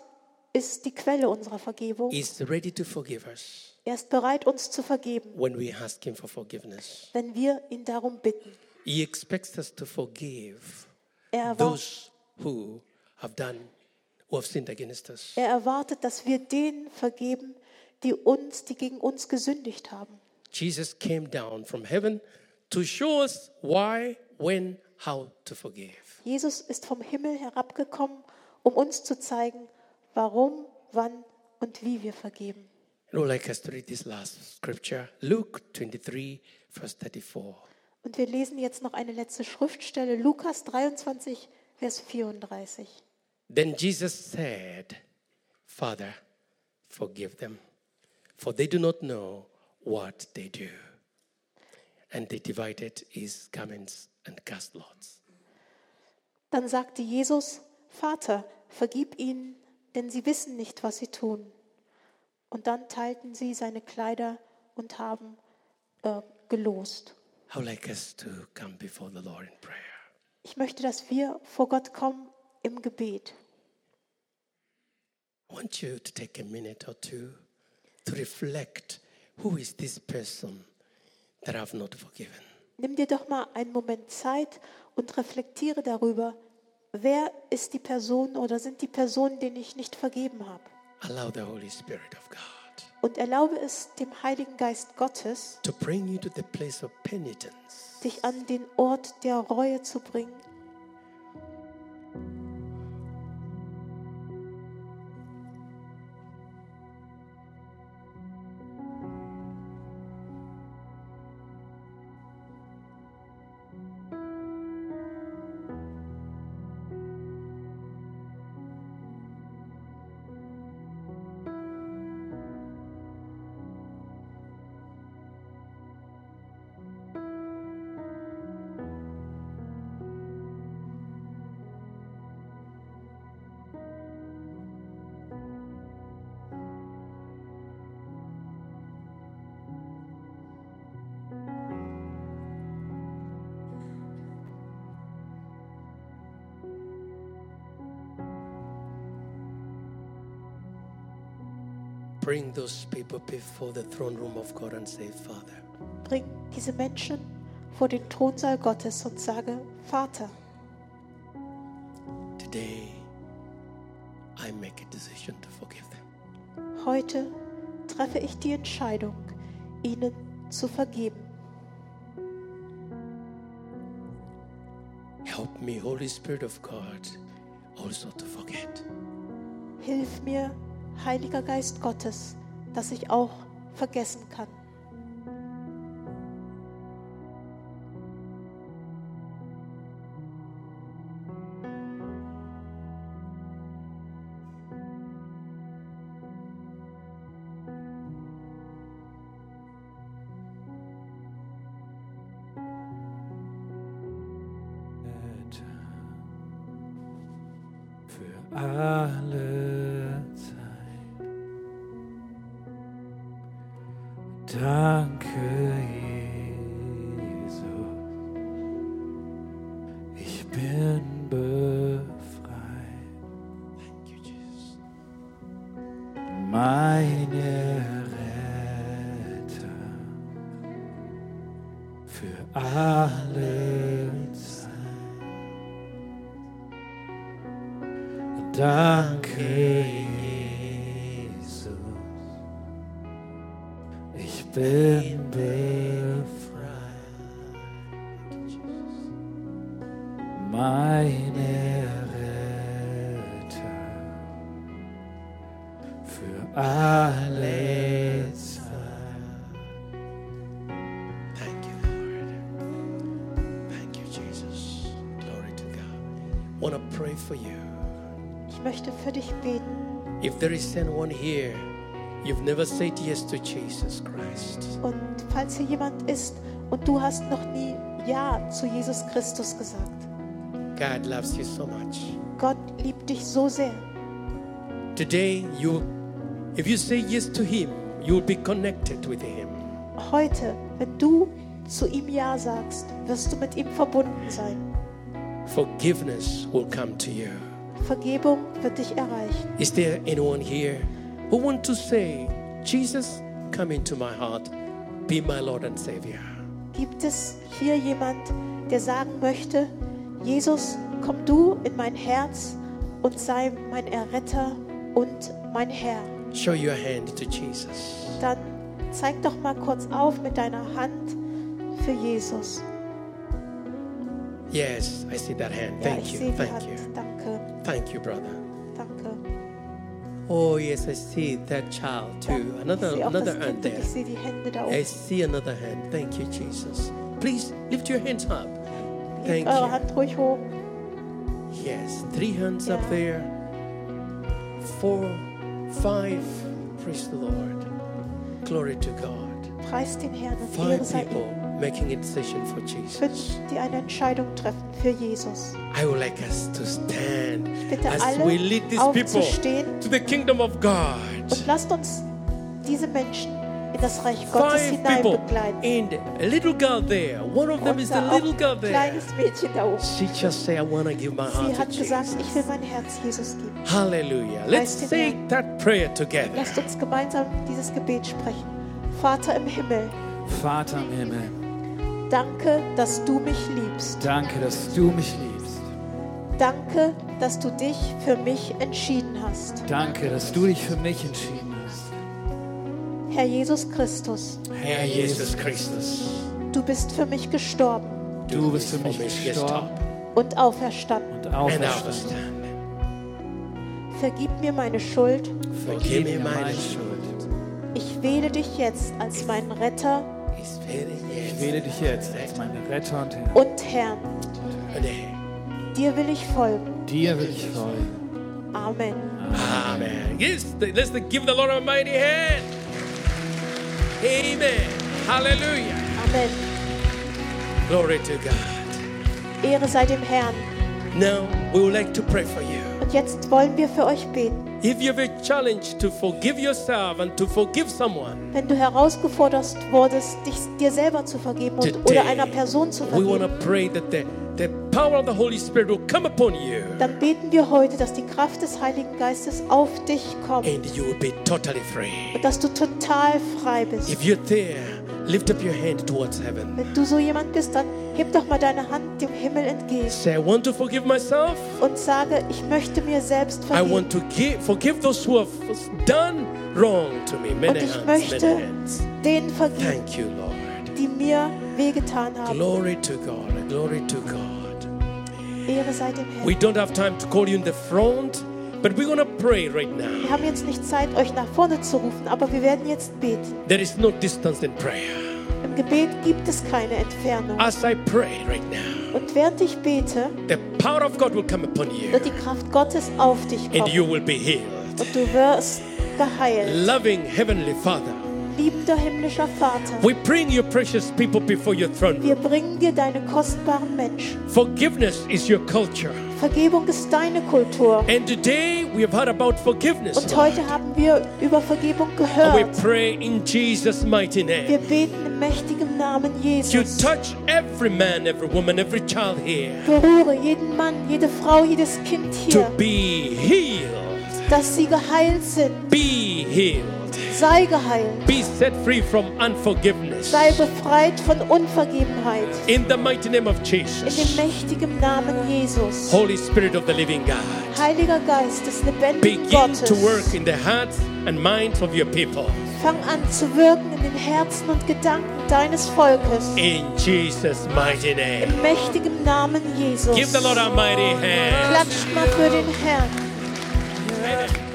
[SPEAKER 2] ist die Quelle unserer Vergebung.
[SPEAKER 1] is ready to forgive us
[SPEAKER 2] Er ist bereit, uns zu vergeben,
[SPEAKER 1] when we ask Him for forgiveness.
[SPEAKER 2] wenn wir ihn darum bitten.
[SPEAKER 1] He expects us to forgive
[SPEAKER 2] Er, erwar
[SPEAKER 1] those who have done, who have sinned against us.
[SPEAKER 2] er erwartet, dass wir denen vergeben, die uns, die gegen uns gesündigt haben.
[SPEAKER 1] Jesus came down from heaven to show us why, when, how to forgive.
[SPEAKER 2] Jesus ist vom Himmel herabgekommen, um uns zu zeigen, warum, wann und wie wir vergeben.
[SPEAKER 1] And I would like us to read this last scripture, Luke 23, verse 34.
[SPEAKER 2] Und wir lesen jetzt noch eine letzte Schriftstelle, Lukas 23, Vers 34.
[SPEAKER 1] Then Jesus said, Father, forgive them, for they do not know what they do. And they divided his garments and cast lots.
[SPEAKER 2] Dann sagte Jesus, Vater, vergib ihnen, denn sie wissen nicht, was sie tun. Und dann teilten sie seine Kleider und haben äh, gelost.
[SPEAKER 1] I would like us to come before the Lord in prayer.
[SPEAKER 2] Ich möchte, dass wir vor Gott kommen im Gebet.
[SPEAKER 1] I want you to take a minute or two to reflect who is this person that I've not forgiven?
[SPEAKER 2] Nimm dir doch mal einen Moment Zeit und reflektiere darüber, wer ist die Person oder sind die Personen, denen ich nicht vergeben habe.
[SPEAKER 1] Allow the Holy Spirit of God
[SPEAKER 2] Und erlaube es dem Heiligen Geist Gottes,
[SPEAKER 1] to bring you to the place of penitence.
[SPEAKER 2] dich an den Ort der Reue zu bringen.
[SPEAKER 1] Bring those people before the throne room of God and say, Father,
[SPEAKER 2] Bring diese Menschen vor den Thronsaal Gottes und sage, Vater,
[SPEAKER 1] today I make a decision to forgive them.
[SPEAKER 2] heute treffe ich die Entscheidung, ihnen zu vergeben.
[SPEAKER 1] Help me, Holy Spirit of God, also to forget.
[SPEAKER 2] Hilf mir, Heiliger Geist Gottes, dass ich auch vergessen kann.
[SPEAKER 3] für alle Zeit. Danke, Jesus. Ich bin befreit.
[SPEAKER 1] Thank you, Jesus.
[SPEAKER 3] Meine Retter für alle Zeit. Danke, Jesus. Ich bin befreit. Meine Retter für alle Zeit.
[SPEAKER 1] Thank you, Lord. Thank you, Jesus. Glory to God. Want to pray for you.
[SPEAKER 2] Ich möchte für dich beten
[SPEAKER 1] If there is anyone here, you've never said yes to Jesus Christ.
[SPEAKER 2] und falls hier jemand ist und du hast noch nie Ja zu Jesus Christus gesagt,
[SPEAKER 1] God loves you so much.
[SPEAKER 2] Gott liebt dich so sehr.
[SPEAKER 1] Today, you, if you say yes to Him, you'll be connected with Him.
[SPEAKER 2] Heute, wenn du zu ihm Ja sagst, wirst du mit ihm verbunden sein.
[SPEAKER 1] Forgiveness will come to you.
[SPEAKER 2] Vergebung wird dich erreichen.
[SPEAKER 1] Is there anyone here who want to say, Jesus, come into my heart, be my Lord and Savior?
[SPEAKER 2] Gibt es hier jemand, der sagen möchte, Jesus, komm du in mein Herz und sei mein Erretter und mein Herr?
[SPEAKER 1] Show your hand to Jesus.
[SPEAKER 2] Dann zeig doch mal kurz auf mit deiner Hand für Jesus.
[SPEAKER 1] Yes, I see that hand.
[SPEAKER 2] Ja,
[SPEAKER 1] Thank
[SPEAKER 2] ich
[SPEAKER 1] you.
[SPEAKER 2] sehe die
[SPEAKER 1] Thank
[SPEAKER 2] Hand.
[SPEAKER 1] you.
[SPEAKER 2] Danke,
[SPEAKER 1] Thank you, brother.
[SPEAKER 2] danke.
[SPEAKER 1] Oh, yes, I see that child too.
[SPEAKER 2] Ich
[SPEAKER 1] Another
[SPEAKER 2] sehe auch
[SPEAKER 1] another
[SPEAKER 2] das
[SPEAKER 1] hand
[SPEAKER 2] Kind und
[SPEAKER 1] there.
[SPEAKER 2] ich sehe die Hände da
[SPEAKER 1] I
[SPEAKER 2] oben.
[SPEAKER 1] see another hand. Thank you, Jesus. Please lift your hands up. Thank
[SPEAKER 2] Hebt eure
[SPEAKER 1] you.
[SPEAKER 2] Hand ruhig hoch.
[SPEAKER 1] Yes, three hands up
[SPEAKER 2] Yeah.
[SPEAKER 1] there. Four, five. Praise the Lord. Glory to God.
[SPEAKER 2] Preist den Herrn und Ehre
[SPEAKER 1] Five
[SPEAKER 2] sei
[SPEAKER 1] people
[SPEAKER 2] ihm.
[SPEAKER 1] making a decision for
[SPEAKER 2] Fünf,
[SPEAKER 1] Jesus.
[SPEAKER 2] die eine Entscheidung treffen für Jesus.
[SPEAKER 1] I would like us to stand
[SPEAKER 2] bitte
[SPEAKER 1] as
[SPEAKER 2] alle
[SPEAKER 1] we lead these people
[SPEAKER 2] aufzustehen.
[SPEAKER 1] to the kingdom of God.
[SPEAKER 2] Und lasst uns diese Menschen in das Reich Gottes
[SPEAKER 1] Five
[SPEAKER 2] hinein
[SPEAKER 1] people
[SPEAKER 2] begleiten.
[SPEAKER 1] and a little girl there. One of them
[SPEAKER 2] Und
[SPEAKER 1] is
[SPEAKER 2] da
[SPEAKER 1] the
[SPEAKER 2] auch
[SPEAKER 1] little girl
[SPEAKER 2] ein
[SPEAKER 1] there.
[SPEAKER 2] kleines Mädchen da oben.
[SPEAKER 1] She just say, I want to give my
[SPEAKER 2] Sie
[SPEAKER 1] heart
[SPEAKER 2] hat
[SPEAKER 1] to
[SPEAKER 2] gesagt,
[SPEAKER 1] Jesus.
[SPEAKER 2] ich will mein Herz Jesus geben.
[SPEAKER 1] Hallelujah. Let's
[SPEAKER 2] Weißt du,
[SPEAKER 1] say
[SPEAKER 2] Herr?
[SPEAKER 1] that prayer together.
[SPEAKER 2] Lasst uns gemeinsam dieses Gebet sprechen. Vater im Himmel,
[SPEAKER 3] Vater im Himmel,
[SPEAKER 2] danke, dass du mich liebst.
[SPEAKER 3] danke, dass du mich liebst.
[SPEAKER 2] Danke, dass du dich für mich entschieden hast.
[SPEAKER 3] Danke, dass du dich für mich entschieden hast.
[SPEAKER 2] Herr Jesus Christus,
[SPEAKER 1] Herr Jesus Christus,
[SPEAKER 2] du bist für mich gestorben
[SPEAKER 3] Du bist für mich
[SPEAKER 1] für mich
[SPEAKER 3] gestorben
[SPEAKER 2] und auferstanden.
[SPEAKER 3] und
[SPEAKER 1] and
[SPEAKER 3] auferstanden.
[SPEAKER 1] auferstanden.
[SPEAKER 2] Vergib mir meine Schuld.
[SPEAKER 1] Vergib mir meine Schuld.
[SPEAKER 2] Ich wähle dich jetzt als meinen Retter
[SPEAKER 1] Ich werde
[SPEAKER 3] Ich
[SPEAKER 1] jetzt
[SPEAKER 3] wähle dich jetzt als meinen Retter und Herr.
[SPEAKER 2] und Herrn.
[SPEAKER 1] und Herr.
[SPEAKER 2] Dir will ich folgen.
[SPEAKER 3] Dir will ich folgen.
[SPEAKER 2] Amen.
[SPEAKER 1] Amen. Yes, let's give the Lord a mighty hand. Amen. Hallelujah.
[SPEAKER 2] Amen.
[SPEAKER 1] Glory to God.
[SPEAKER 2] Ehre sei dem Herrn.
[SPEAKER 1] Now, we would like to pray for you.
[SPEAKER 2] Und jetzt wollen wir für euch beten.
[SPEAKER 1] If you have a challenge to forgive yourself and to forgive someone,
[SPEAKER 2] Wenn du herausgefordert wurdest, dich dir selber zu vergeben und,
[SPEAKER 1] today
[SPEAKER 2] oder einer Person zu
[SPEAKER 1] we want
[SPEAKER 2] vergeben,
[SPEAKER 1] to pray that the, the power of the Holy Spirit will come upon you
[SPEAKER 2] dann beten wir heute, dass die Kraft des Heiligen Geistes auf dich kommt
[SPEAKER 1] and you will be totally free.
[SPEAKER 2] und dass du total frei bist.
[SPEAKER 1] If you're there, lift up your hand towards heaven.
[SPEAKER 2] Wenn du so jemand bist, dann heb doch mal deine Hand dem Himmel entgegen
[SPEAKER 1] Say, I want to forgive myself.
[SPEAKER 2] und sage, ich möchte mir selbst
[SPEAKER 1] I
[SPEAKER 2] vergeben.
[SPEAKER 1] want to give, forgive those who have done wrong to me.
[SPEAKER 2] Und
[SPEAKER 1] Many
[SPEAKER 2] ich
[SPEAKER 1] hands, many
[SPEAKER 2] möchte
[SPEAKER 1] hands.
[SPEAKER 2] denen vergeben,
[SPEAKER 1] Thank you, Lord.
[SPEAKER 2] die mir wehgetan haben.
[SPEAKER 1] Glory to God. Glory to God.
[SPEAKER 2] Ehre sei dem Herrn.
[SPEAKER 1] We don't have time to call you in the front, but we're going to pray right now.
[SPEAKER 2] Wir haben jetzt nicht Zeit, euch nach vorne zu rufen, aber wir werden jetzt beten.
[SPEAKER 1] There is no distance in prayer.
[SPEAKER 2] Im Gebet gibt es keine Entfernung.
[SPEAKER 1] As I pray right now,
[SPEAKER 2] Und während ich bete,
[SPEAKER 1] the power of God will come upon you
[SPEAKER 2] wird die Kraft Gottes auf dich
[SPEAKER 1] and you
[SPEAKER 2] kommen.
[SPEAKER 1] will be healed.
[SPEAKER 2] Und du wirst geheilt.
[SPEAKER 1] Loving Heavenly Father,
[SPEAKER 2] Liebender himmlischer Vater,
[SPEAKER 1] we bring your precious people before your throne.
[SPEAKER 2] wir bringen dir deine kostbaren Menschen.
[SPEAKER 1] Forgiveness is your culture.
[SPEAKER 2] Vergebung ist deine Kultur.
[SPEAKER 1] And today we have heard about forgiveness.
[SPEAKER 2] Und
[SPEAKER 1] Lord.
[SPEAKER 2] heute haben wir über Vergebung
[SPEAKER 1] And
[SPEAKER 2] gehört.
[SPEAKER 1] we pray in Jesus' mighty
[SPEAKER 2] Wir
[SPEAKER 1] name.
[SPEAKER 2] beten im mächtigen Namen
[SPEAKER 1] You
[SPEAKER 2] Jesus.
[SPEAKER 1] touch every man, every woman, every child here
[SPEAKER 2] Berühre jeden Mann, jede Frau, jedes Kind
[SPEAKER 1] to
[SPEAKER 2] hier,
[SPEAKER 1] be healed.
[SPEAKER 2] dass sie geheilt sind.
[SPEAKER 1] Be healed.
[SPEAKER 2] Sei geheilt.
[SPEAKER 1] Be set free from unforgiveness.
[SPEAKER 2] Sei befreit von Unvergebenheit.
[SPEAKER 1] In the mighty name of
[SPEAKER 2] In dem
[SPEAKER 1] Jesus.
[SPEAKER 2] mächtigen Namen Jesus.
[SPEAKER 1] Holy Spirit of the living God.
[SPEAKER 2] Heiliger Geist des lebendigen
[SPEAKER 1] Begin
[SPEAKER 2] Gottes.
[SPEAKER 1] to work in the hearts and minds of your people.
[SPEAKER 2] Fang an zu wirken in den Herzen und Gedanken deines Volkes.
[SPEAKER 1] In Jesus' mighty name.
[SPEAKER 2] Im mächtigen Namen Jesus.
[SPEAKER 1] Give the Lord a mighty hand.
[SPEAKER 2] Klatscht mal für den Herrn.